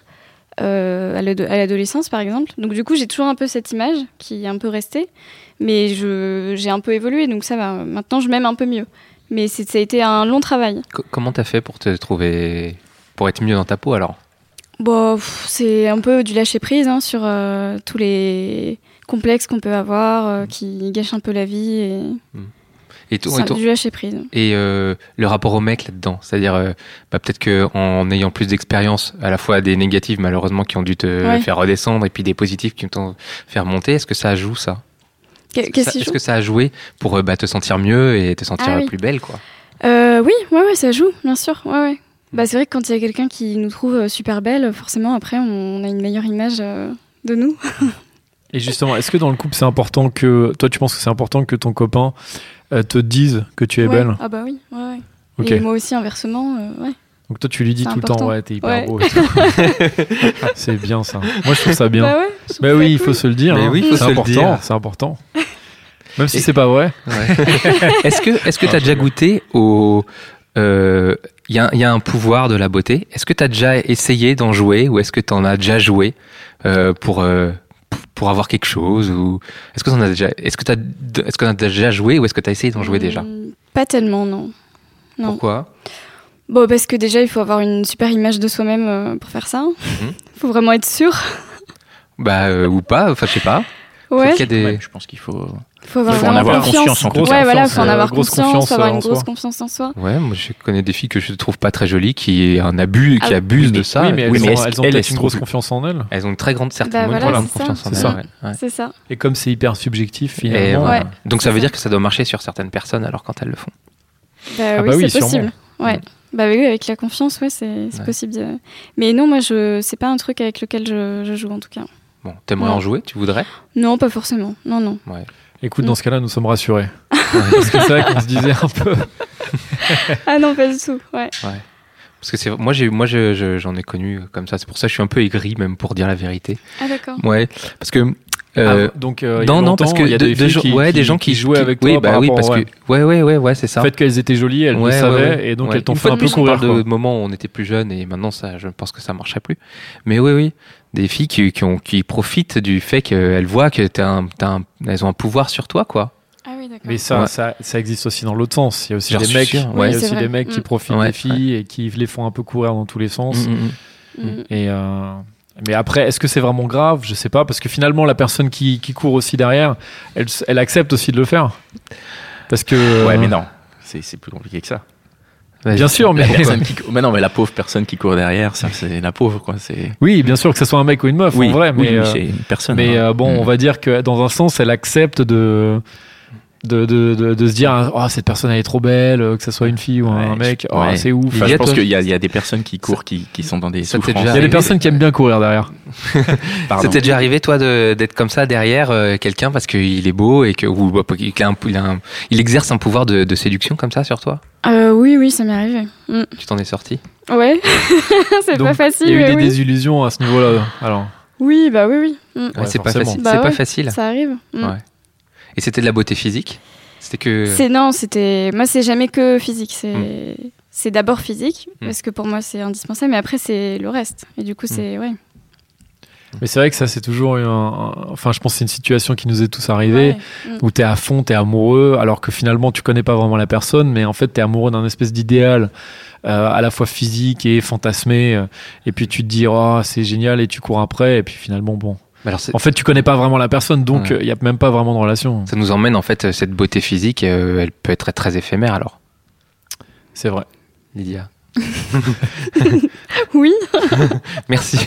[SPEAKER 4] euh, à l'ado- à l'adolescence, par exemple. Donc, du coup, j'ai toujours un peu cette image qui est un peu restée. Mais je- j'ai un peu évolué, donc ça va. Maintenant, je m'aime un peu mieux. Mais c'est- ça a été un long travail.
[SPEAKER 6] Co- Comment t'as fait pour te trouver, pour être mieux dans ta peau alors
[SPEAKER 4] Bon, pff, c'est un peu du lâcher prise hein, sur euh, tous les complexes qu'on peut avoir euh, qui gâchent un peu la vie. Et...
[SPEAKER 6] Et, tout,
[SPEAKER 4] C'est
[SPEAKER 6] et, tout-
[SPEAKER 4] du lâcher prise.
[SPEAKER 6] et, euh, le rapport au mec là-dedans, c'est-à-dire euh, bah, peut-être que en ayant plus d'expérience, à la fois des négatives malheureusement qui ont dû te
[SPEAKER 4] Ouais.
[SPEAKER 6] faire redescendre et puis des positifs qui t'ont fait remonter, est-ce que ça joue ça
[SPEAKER 4] Qu'est-
[SPEAKER 6] Est-ce que
[SPEAKER 4] Qu'est-ce
[SPEAKER 6] ça-
[SPEAKER 4] qui
[SPEAKER 6] Est-ce
[SPEAKER 4] joue
[SPEAKER 6] que ça a joué pour euh, bah, te sentir mieux et te sentir
[SPEAKER 4] Ah oui.
[SPEAKER 6] plus belle quoi
[SPEAKER 4] Euh, Oui, ouais, ouais, ça joue, bien sûr. Ouais, ouais.
[SPEAKER 5] Hmm.
[SPEAKER 4] Bah, c'est vrai que quand il y a quelqu'un qui nous trouve euh, super belle, forcément, après, on a une meilleure image euh, de nous.
[SPEAKER 5] Et justement, est-ce que dans le couple, c'est important que. Toi, tu penses que c'est important que ton copain euh, te dise que tu es
[SPEAKER 4] Ouais.
[SPEAKER 5] belle
[SPEAKER 4] Ah bah oui, ouais, ouais.
[SPEAKER 5] Ok.
[SPEAKER 4] Et moi aussi, inversement, euh, ouais.
[SPEAKER 5] Donc toi, tu lui dis
[SPEAKER 4] C'est
[SPEAKER 5] tout le temps,
[SPEAKER 4] important.
[SPEAKER 5] ouais, t'es hyper
[SPEAKER 4] Ouais.
[SPEAKER 5] beau. et tout. c'est bien ça. Moi, je trouve ça bien.
[SPEAKER 4] Bah ouais, je trouve
[SPEAKER 5] Bah
[SPEAKER 4] ça
[SPEAKER 5] oui, il
[SPEAKER 4] cool.
[SPEAKER 5] faut se le dire.
[SPEAKER 6] Mais
[SPEAKER 5] hein.
[SPEAKER 6] oui, il faut
[SPEAKER 5] c'est
[SPEAKER 6] se le
[SPEAKER 5] important.
[SPEAKER 6] dire.
[SPEAKER 5] C'est important. Même si c'est pas vrai.
[SPEAKER 6] Est-ce que est-ce que
[SPEAKER 5] Non,
[SPEAKER 6] t'as
[SPEAKER 5] je
[SPEAKER 6] déjà
[SPEAKER 5] rigole.
[SPEAKER 6] goûté au euh, il y, a- il y a un pouvoir de la beauté. Est-ce que t'as déjà essayé d'en jouer ou est-ce que t'en as déjà joué euh, pour euh, pour avoir quelque chose ou est-ce que t'en as déjà est-ce que t'as est-ce que t'en as déjà joué ou est-ce que t'as essayé d'en jouer déjà
[SPEAKER 4] Hmm, Pas tellement, non. non.
[SPEAKER 6] Pourquoi
[SPEAKER 4] Bon, parce que déjà, il faut avoir une super image de soi-même euh, pour faire ça.
[SPEAKER 5] Mhm.
[SPEAKER 4] faut vraiment être sûr.
[SPEAKER 6] Bah euh, ou pas Enfin je sais pas.
[SPEAKER 4] Ouais.
[SPEAKER 6] Peut-être qu'il y a des-
[SPEAKER 3] je pense qu'il faut.
[SPEAKER 4] faut avoir,
[SPEAKER 5] Il faut en
[SPEAKER 4] vraiment
[SPEAKER 5] avoir
[SPEAKER 3] conscience, en gros.
[SPEAKER 4] Ouais, voilà,
[SPEAKER 5] Confiance,
[SPEAKER 4] faut en
[SPEAKER 5] euh,
[SPEAKER 4] avoir
[SPEAKER 5] grosse
[SPEAKER 4] conscience,
[SPEAKER 5] confiance,
[SPEAKER 4] faut avoir
[SPEAKER 5] euh, en
[SPEAKER 4] une grosse
[SPEAKER 5] soi.
[SPEAKER 4] confiance en soi.
[SPEAKER 6] Ouais, moi je connais des filles que je trouve pas très jolies qui est un abus
[SPEAKER 4] Ah
[SPEAKER 6] qui
[SPEAKER 4] oui.
[SPEAKER 6] abusent de ça.
[SPEAKER 5] oui, mais elles
[SPEAKER 3] oui, mais
[SPEAKER 5] ont,
[SPEAKER 3] est-ce
[SPEAKER 5] elles
[SPEAKER 3] qu'elle,
[SPEAKER 5] ont peut-être
[SPEAKER 3] elle
[SPEAKER 5] une
[SPEAKER 3] se
[SPEAKER 5] grosse
[SPEAKER 3] trouve-
[SPEAKER 5] confiance en elles.
[SPEAKER 6] Elles ont une très grande certainement
[SPEAKER 4] Bah
[SPEAKER 6] une
[SPEAKER 4] voilà,
[SPEAKER 6] grande
[SPEAKER 4] c'est
[SPEAKER 6] confiance
[SPEAKER 4] ça,
[SPEAKER 6] en
[SPEAKER 5] c'est
[SPEAKER 6] elles.
[SPEAKER 5] ça.
[SPEAKER 6] ouais, ouais.
[SPEAKER 4] C'est ça.
[SPEAKER 5] Et comme c'est hyper subjectif,
[SPEAKER 6] Et
[SPEAKER 5] finalement.
[SPEAKER 6] voilà.
[SPEAKER 4] Ouais,
[SPEAKER 6] Donc ça
[SPEAKER 4] c'est
[SPEAKER 6] veut
[SPEAKER 4] ça.
[SPEAKER 6] dire que ça doit marcher sur certaines personnes alors quand elles le font.
[SPEAKER 4] Bah,
[SPEAKER 5] Ah
[SPEAKER 4] oui,
[SPEAKER 5] bah oui,
[SPEAKER 4] c'est
[SPEAKER 5] sûrement.
[SPEAKER 4] possible. Ouais. Bah oui, avec la confiance, ouais, c'est c'est
[SPEAKER 6] Ouais.
[SPEAKER 4] possible. de- Mais non, moi, je... c'est pas un truc avec lequel je, je joue en tout cas.
[SPEAKER 6] Bon, t'aimerais
[SPEAKER 4] Ouais.
[SPEAKER 6] en jouer Tu voudrais
[SPEAKER 4] Non, pas forcément. Non, non.
[SPEAKER 5] Écoute,
[SPEAKER 4] Mm.
[SPEAKER 5] dans ce cas-là, nous sommes rassurés. Parce que c'est vrai qu'on se disait un peu.
[SPEAKER 4] Ah non, pas du tout. Ouais.
[SPEAKER 6] Parce que c'est moi j'ai moi je- je- j'en ai connu euh, comme ça. C'est pour ça que je suis un peu aigri même pour dire la vérité.
[SPEAKER 4] Ah d'accord.
[SPEAKER 6] Ouais, parce que euh,
[SPEAKER 5] Ah, donc, euh, il y a
[SPEAKER 6] non non parce
[SPEAKER 5] longtemps,
[SPEAKER 6] que
[SPEAKER 5] il y a
[SPEAKER 6] de-
[SPEAKER 5] des,
[SPEAKER 6] de-
[SPEAKER 5] filles qui,
[SPEAKER 6] ouais, des
[SPEAKER 5] qui-
[SPEAKER 6] gens qui,
[SPEAKER 5] jouaient
[SPEAKER 6] qui-
[SPEAKER 5] avec
[SPEAKER 6] oui,
[SPEAKER 5] toi.
[SPEAKER 6] bah
[SPEAKER 5] par
[SPEAKER 6] oui
[SPEAKER 5] rapport,
[SPEAKER 6] parce
[SPEAKER 5] ouais.
[SPEAKER 6] que ouais ouais ouais ouais c'est ça.
[SPEAKER 5] Le fait qu'elles étaient jolies, elles
[SPEAKER 6] Ouais,
[SPEAKER 5] le
[SPEAKER 6] ouais,
[SPEAKER 5] savaient,
[SPEAKER 6] ouais.
[SPEAKER 5] et donc
[SPEAKER 6] Ouais.
[SPEAKER 5] elles t'ont
[SPEAKER 6] Une
[SPEAKER 5] fait
[SPEAKER 6] fois
[SPEAKER 5] un
[SPEAKER 6] de
[SPEAKER 5] peu
[SPEAKER 6] plus, on
[SPEAKER 5] courir.
[SPEAKER 6] parle
[SPEAKER 5] quoi.
[SPEAKER 6] de moment où on était plus jeune et maintenant ça, je pense que ça marcherait plus. Mais oui, oui, des filles qui, qui, ont, qui profitent du fait qu'elles voient que t'as un, t'as un- elles ont un pouvoir sur toi, quoi.
[SPEAKER 4] Ah oui, d'accord.
[SPEAKER 5] Mais ça,
[SPEAKER 6] Ouais.
[SPEAKER 5] ça, ça existe aussi dans l'autre sens. Il y a aussi
[SPEAKER 6] J'en
[SPEAKER 5] des
[SPEAKER 6] suis
[SPEAKER 5] mecs,
[SPEAKER 6] sûr,
[SPEAKER 5] il y
[SPEAKER 4] ouais.
[SPEAKER 5] a
[SPEAKER 4] Oui, c'est
[SPEAKER 5] aussi
[SPEAKER 4] vrai.
[SPEAKER 5] des mecs qui
[SPEAKER 4] Mm.
[SPEAKER 5] profitent
[SPEAKER 6] Ouais,
[SPEAKER 5] des filles et qui les font un peu courir dans tous les sens.
[SPEAKER 3] Mm-hmm.
[SPEAKER 6] Mm, mm, mm.
[SPEAKER 4] Mm.
[SPEAKER 5] Et euh, mais après, est-ce que c'est vraiment grave Je sais pas, parce que finalement, la personne qui, qui court aussi derrière, elle, s- elle accepte aussi de le faire. Parce que. euh,
[SPEAKER 3] Ouais, mais non. C'est c'est plus compliqué que ça.
[SPEAKER 6] Vas-y.
[SPEAKER 5] Bien sûr, mais.
[SPEAKER 3] La personne qui cou- mais non, mais la pauvre personne qui court derrière, ça, c'est la pauvre, quoi. C'est.
[SPEAKER 5] Oui, bien sûr que ce soit un mec ou une meuf, en vrai, mais.
[SPEAKER 3] oui,
[SPEAKER 5] euh,
[SPEAKER 3] c'est une personne.
[SPEAKER 5] mais
[SPEAKER 3] hein.
[SPEAKER 5] euh, bon,
[SPEAKER 3] Mm.
[SPEAKER 5] on va dire que dans un sens, elle accepte de. De, de, de, de se dire oh cette personne elle est trop belle euh, que ce soit une fille ou un
[SPEAKER 3] Ouais,
[SPEAKER 5] mec oh,
[SPEAKER 3] ouais.
[SPEAKER 5] c'est ouf
[SPEAKER 3] Enfin,
[SPEAKER 6] Il y
[SPEAKER 3] je
[SPEAKER 6] a
[SPEAKER 3] pense
[SPEAKER 6] toi-
[SPEAKER 3] qu'il y, a- il y a des personnes qui courent, qui, qui sont dans des
[SPEAKER 6] Ça t'est
[SPEAKER 3] souffrances.
[SPEAKER 6] déjà
[SPEAKER 5] il y a des
[SPEAKER 6] arrivé
[SPEAKER 5] personnes qui aiment bien courir derrière
[SPEAKER 3] Pardon.
[SPEAKER 6] C'était déjà arrivé, toi, de- d'être comme ça derrière euh, quelqu'un parce qu'il est beau et que ou, bah, qu'il a un- il, a un- il exerce un pouvoir de, de séduction comme ça sur toi
[SPEAKER 4] Euh, oui, oui, ça m'est arrivé. Mm.
[SPEAKER 6] Tu t'en es sorti
[SPEAKER 4] Ouais. c'est
[SPEAKER 5] Donc,
[SPEAKER 4] pas facile.
[SPEAKER 5] il y a eu
[SPEAKER 4] mais
[SPEAKER 5] des
[SPEAKER 4] oui.
[SPEAKER 5] désillusions à ce niveau là alors
[SPEAKER 4] Oui, bah oui, oui. Mm.
[SPEAKER 5] Ouais,
[SPEAKER 6] C'est pas
[SPEAKER 5] forcément.
[SPEAKER 6] facile.
[SPEAKER 4] Bah
[SPEAKER 6] c'est pas
[SPEAKER 4] ouais.
[SPEAKER 6] facile.
[SPEAKER 4] Ça arrive. Mm.
[SPEAKER 6] Ouais. Et c'était de la beauté physique C'était que.
[SPEAKER 4] C'est non, c'était moi c'est jamais que physique, c'est
[SPEAKER 5] Mm.
[SPEAKER 4] c'est d'abord physique
[SPEAKER 6] Mm.
[SPEAKER 4] parce que pour moi c'est indispensable, mais après c'est le reste. Et du coup
[SPEAKER 5] Mm.
[SPEAKER 4] c'est ouais.
[SPEAKER 5] mais c'est vrai que ça c'est toujours un, un- enfin je pense que c'est une situation qui nous est tous arrivée
[SPEAKER 4] Ouais. Mm.
[SPEAKER 5] où t'es à fond, t'es amoureux, alors que finalement tu connais pas vraiment la personne, mais en fait t'es amoureux d'un espèce d'idéal euh, à la fois physique et fantasmé, euh, et puis tu te dis oh c'est génial et tu cours après, et puis finalement bon.
[SPEAKER 6] Mais bah, alors, c'est-
[SPEAKER 5] En fait tu connais pas vraiment la personne, donc il
[SPEAKER 6] Ouais.
[SPEAKER 5] y a même pas vraiment de relation.
[SPEAKER 6] Ça nous emmène en fait euh, cette beauté physique, euh, elle peut être très éphémère alors,
[SPEAKER 5] C'est vrai.
[SPEAKER 6] Lydia.
[SPEAKER 4] Oui.
[SPEAKER 6] Merci,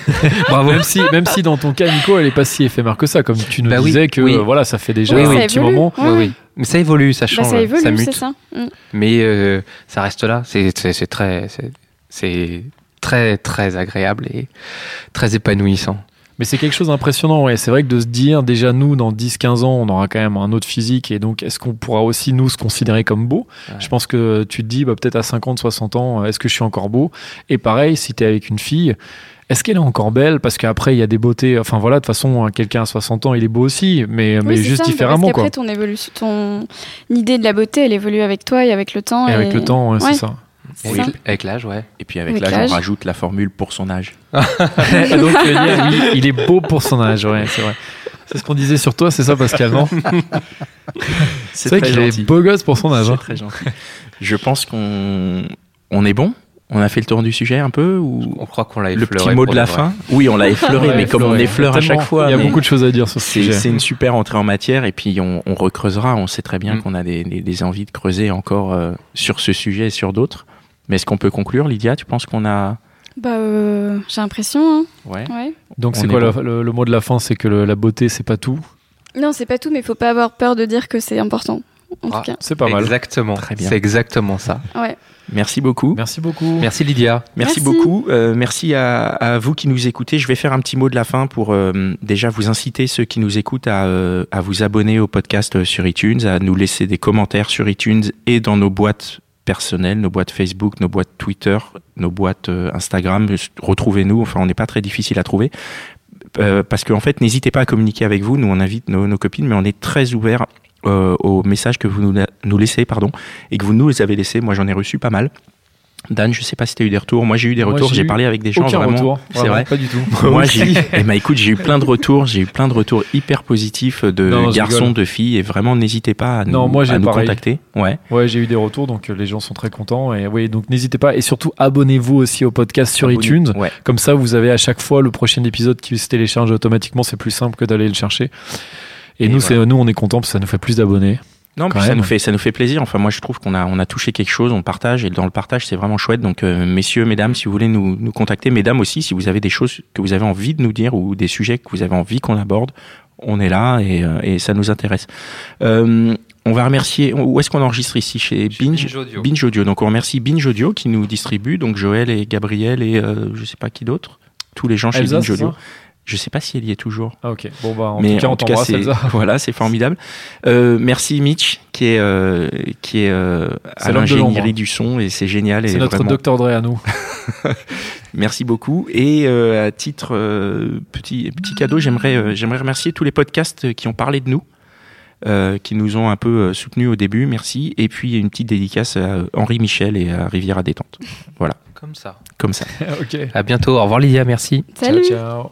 [SPEAKER 6] bravo.
[SPEAKER 5] Même si, même si dans ton cas Nico, elle est pas si éphémère que ça, comme tu nous
[SPEAKER 6] Bah oui,
[SPEAKER 5] disais que
[SPEAKER 6] oui.
[SPEAKER 5] euh, voilà ça fait déjà
[SPEAKER 4] Oui,
[SPEAKER 5] un
[SPEAKER 4] ça
[SPEAKER 5] petit
[SPEAKER 4] évolue.
[SPEAKER 5] moment.
[SPEAKER 4] Ouais,
[SPEAKER 6] Oui,
[SPEAKER 4] ouais.
[SPEAKER 6] oui. Mais ça évolue, ça change,
[SPEAKER 4] Bah, ça évolue, c'est
[SPEAKER 6] mute,
[SPEAKER 4] ça. Mm.
[SPEAKER 6] mais euh, ça reste là. C'est c'est- c'est très, c'est- c'est très très agréable et très épanouissant.
[SPEAKER 5] Mais c'est quelque chose d'impressionnant, et c'est vrai que de se dire, déjà nous, dans 10-15 ans, on aura quand même un autre physique, et donc est-ce qu'on pourra aussi nous se considérer comme beau
[SPEAKER 6] Ouais.
[SPEAKER 5] Je pense que tu te dis, bah, peut-être à 50-60 ans, euh, est-ce que je suis encore beau Et pareil, si tu es avec une fille, est-ce qu'elle est encore belle Parce qu'après, il y a des beautés, enfin voilà, de toute façon, hein, quelqu'un à 60 ans, il est beau aussi, mais, mais
[SPEAKER 4] Oui, c'est
[SPEAKER 5] juste
[SPEAKER 4] ça,
[SPEAKER 5] différemment,
[SPEAKER 4] Parce
[SPEAKER 5] quoi.
[SPEAKER 4] qu'après ton évolution, ton idée de la beauté, elle évolue avec toi et avec le temps.
[SPEAKER 5] Et avec le temps, ouais, c'est ça.
[SPEAKER 4] c'est
[SPEAKER 6] Avec,
[SPEAKER 4] ça.
[SPEAKER 6] avec l'âge, ouais.
[SPEAKER 3] Et puis avec
[SPEAKER 4] Avec
[SPEAKER 3] l'âge,
[SPEAKER 4] l'âge.
[SPEAKER 3] on rajoute la formule pour son âge.
[SPEAKER 5] Et donc, euh, Nia, oui, il est beau pour son âge, ouais, c'est vrai. C'est ce qu'on disait sur toi, c'est ça, Pascal, non C'est vrai
[SPEAKER 3] très
[SPEAKER 5] qu'il est
[SPEAKER 3] gentil.
[SPEAKER 5] beau gosse pour son âge.
[SPEAKER 3] C'est
[SPEAKER 5] hein.
[SPEAKER 3] très gentil. Je pense qu'on on est bon. On a fait le tour du sujet un peu ou
[SPEAKER 6] On croit qu'on l'a
[SPEAKER 3] le
[SPEAKER 6] effleuré.
[SPEAKER 3] petit mot de
[SPEAKER 6] pour
[SPEAKER 3] la
[SPEAKER 6] vrai.
[SPEAKER 3] fin Oui, on l'a effleuré,
[SPEAKER 5] Ouais,
[SPEAKER 3] mais comme on
[SPEAKER 5] effleuré.
[SPEAKER 3] effleure à chaque
[SPEAKER 5] Tellement.
[SPEAKER 3] fois,
[SPEAKER 5] Il y a
[SPEAKER 3] mais
[SPEAKER 5] beaucoup de choses à dire sur ce
[SPEAKER 3] c'est
[SPEAKER 5] sujet.
[SPEAKER 3] c'est une super entrée en matière et puis on, on recreusera. On sait très bien
[SPEAKER 6] Mm.
[SPEAKER 3] qu'on a des, des- des envies de creuser encore euh, sur ce sujet et sur d'autres. Mais est-ce qu'on peut conclure, Lydia Tu penses qu'on a
[SPEAKER 4] Bah euh, j'ai l'impression. hein.
[SPEAKER 3] Ouais.
[SPEAKER 4] Ouais.
[SPEAKER 5] Donc
[SPEAKER 3] On
[SPEAKER 5] c'est
[SPEAKER 3] est
[SPEAKER 5] quoi le,
[SPEAKER 3] bon.
[SPEAKER 5] le- le mot de la fin C'est que le- la beauté, c'est pas tout.
[SPEAKER 4] Non, c'est pas tout, mais faut pas avoir peur de dire que c'est important. en
[SPEAKER 6] Ah.
[SPEAKER 4] tout cas.
[SPEAKER 5] C'est pas mal.
[SPEAKER 6] Exactement.
[SPEAKER 3] Très bien.
[SPEAKER 6] C'est exactement ça.
[SPEAKER 4] Ouais.
[SPEAKER 3] Merci beaucoup.
[SPEAKER 5] Merci beaucoup.
[SPEAKER 6] Merci Lydia.
[SPEAKER 3] Merci,
[SPEAKER 4] Merci.
[SPEAKER 3] beaucoup. Euh, merci à, à vous qui nous écoutez. Je vais faire un petit mot de la fin pour euh, déjà vous inciter, ceux qui nous écoutent, à, euh, à vous abonner au podcast euh, sur iTunes, à nous laisser des commentaires sur iTunes et dans nos boîtes personnelles, nos boîtes Facebook, nos boîtes Twitter, nos boîtes euh, Instagram. Retrouvez-nous. Enfin, on n'est pas très difficile à trouver. Euh, parce qu'en fait, n'hésitez pas à communiquer avec vous. Nous, on invite nos, nos copines, mais on est très ouvert euh, aux messages que vous nous, la- nous laissez, pardon, et que vous nous les avez laissés. Moi, j'en ai reçu pas mal. Dan, je sais pas si tu as eu des retours. Moi, j'ai eu des
[SPEAKER 5] Moi,
[SPEAKER 3] retours.
[SPEAKER 5] j'ai
[SPEAKER 3] J'ai
[SPEAKER 5] eu
[SPEAKER 3] parlé avec des gens
[SPEAKER 5] Aucun
[SPEAKER 3] vraiment.
[SPEAKER 5] retour.
[SPEAKER 3] C'est
[SPEAKER 5] Vraiment,
[SPEAKER 3] vrai.
[SPEAKER 5] Pas du tout.
[SPEAKER 3] Moi, j'ai eu, eh ben, écoute, j'ai eu plein de retours. J'ai eu plein de retours hyper positifs de
[SPEAKER 5] Non, je
[SPEAKER 3] garçons,
[SPEAKER 5] rigole.
[SPEAKER 3] de filles, et vraiment, n'hésitez pas à nous,
[SPEAKER 5] Non, moi, j'ai
[SPEAKER 3] à nous
[SPEAKER 5] pareil.
[SPEAKER 3] contacter. Ouais.
[SPEAKER 5] Ouais, j'ai eu des retours, donc euh, les gens sont très contents. Et oui, donc n'hésitez pas. Et surtout, abonnez-vous aussi au podcast sur iTunes.
[SPEAKER 3] Ouais.
[SPEAKER 5] Comme ça, vous avez à chaque fois le prochain épisode qui se télécharge automatiquement. C'est plus simple que d'aller le chercher. Et,
[SPEAKER 3] Et
[SPEAKER 5] nous,
[SPEAKER 3] voilà.
[SPEAKER 5] c'est nous, on est contents parce que ça nous fait plus d'abonnés.
[SPEAKER 3] Non, puis
[SPEAKER 5] Quand
[SPEAKER 3] ça
[SPEAKER 5] même.
[SPEAKER 3] nous fait ça nous fait plaisir. Enfin, moi, je trouve qu'on a on a touché quelque chose, on partage et dans le partage, c'est vraiment chouette. Donc, euh, messieurs, mesdames, si vous voulez nous nous contacter, mesdames aussi, si vous avez des choses que vous avez envie de nous dire ou des sujets que vous avez envie qu'on aborde, on est là et, euh, et ça nous intéresse. Euh, on va remercier. Où est-ce qu'on enregistre ici chez Binge
[SPEAKER 6] Audio.
[SPEAKER 3] Binge Audio. Donc on remercie Binge Audio qui nous distribue, donc Joël et Gabriel et euh, je sais pas qui d'autre, tous les gens chez
[SPEAKER 5] Elsa,
[SPEAKER 3] Binge
[SPEAKER 5] c'est
[SPEAKER 3] Audio.
[SPEAKER 5] ça
[SPEAKER 3] Je sais pas si elle y est toujours.
[SPEAKER 5] Ah, ok. Bon, bah, en
[SPEAKER 3] Mais
[SPEAKER 5] tout cas, on t'embrasse,
[SPEAKER 3] c'est
[SPEAKER 5] Elsa.
[SPEAKER 3] voilà, c'est formidable. Euh, merci Mitch qui est euh, qui est, euh,
[SPEAKER 5] C'est
[SPEAKER 3] à
[SPEAKER 5] l'homme de l'ombre.
[SPEAKER 3] l'ingénierie du son et c'est génial et
[SPEAKER 5] C'est notre
[SPEAKER 3] vraiment,
[SPEAKER 5] docteur Dre à nous.
[SPEAKER 3] merci beaucoup. Et euh, à titre euh, petit petit cadeau, j'aimerais euh, j'aimerais remercier tous les podcasts qui ont parlé de nous. euh, qui nous ont un peu euh, soutenus au début, merci. Et puis une petite dédicace à Henri Michel et à Rivière à détente,
[SPEAKER 6] Comme ça.
[SPEAKER 3] comme ça.
[SPEAKER 5] ok.
[SPEAKER 6] À bientôt. Au revoir Lydia. Merci.
[SPEAKER 4] Salut.
[SPEAKER 5] Ciao, ciao.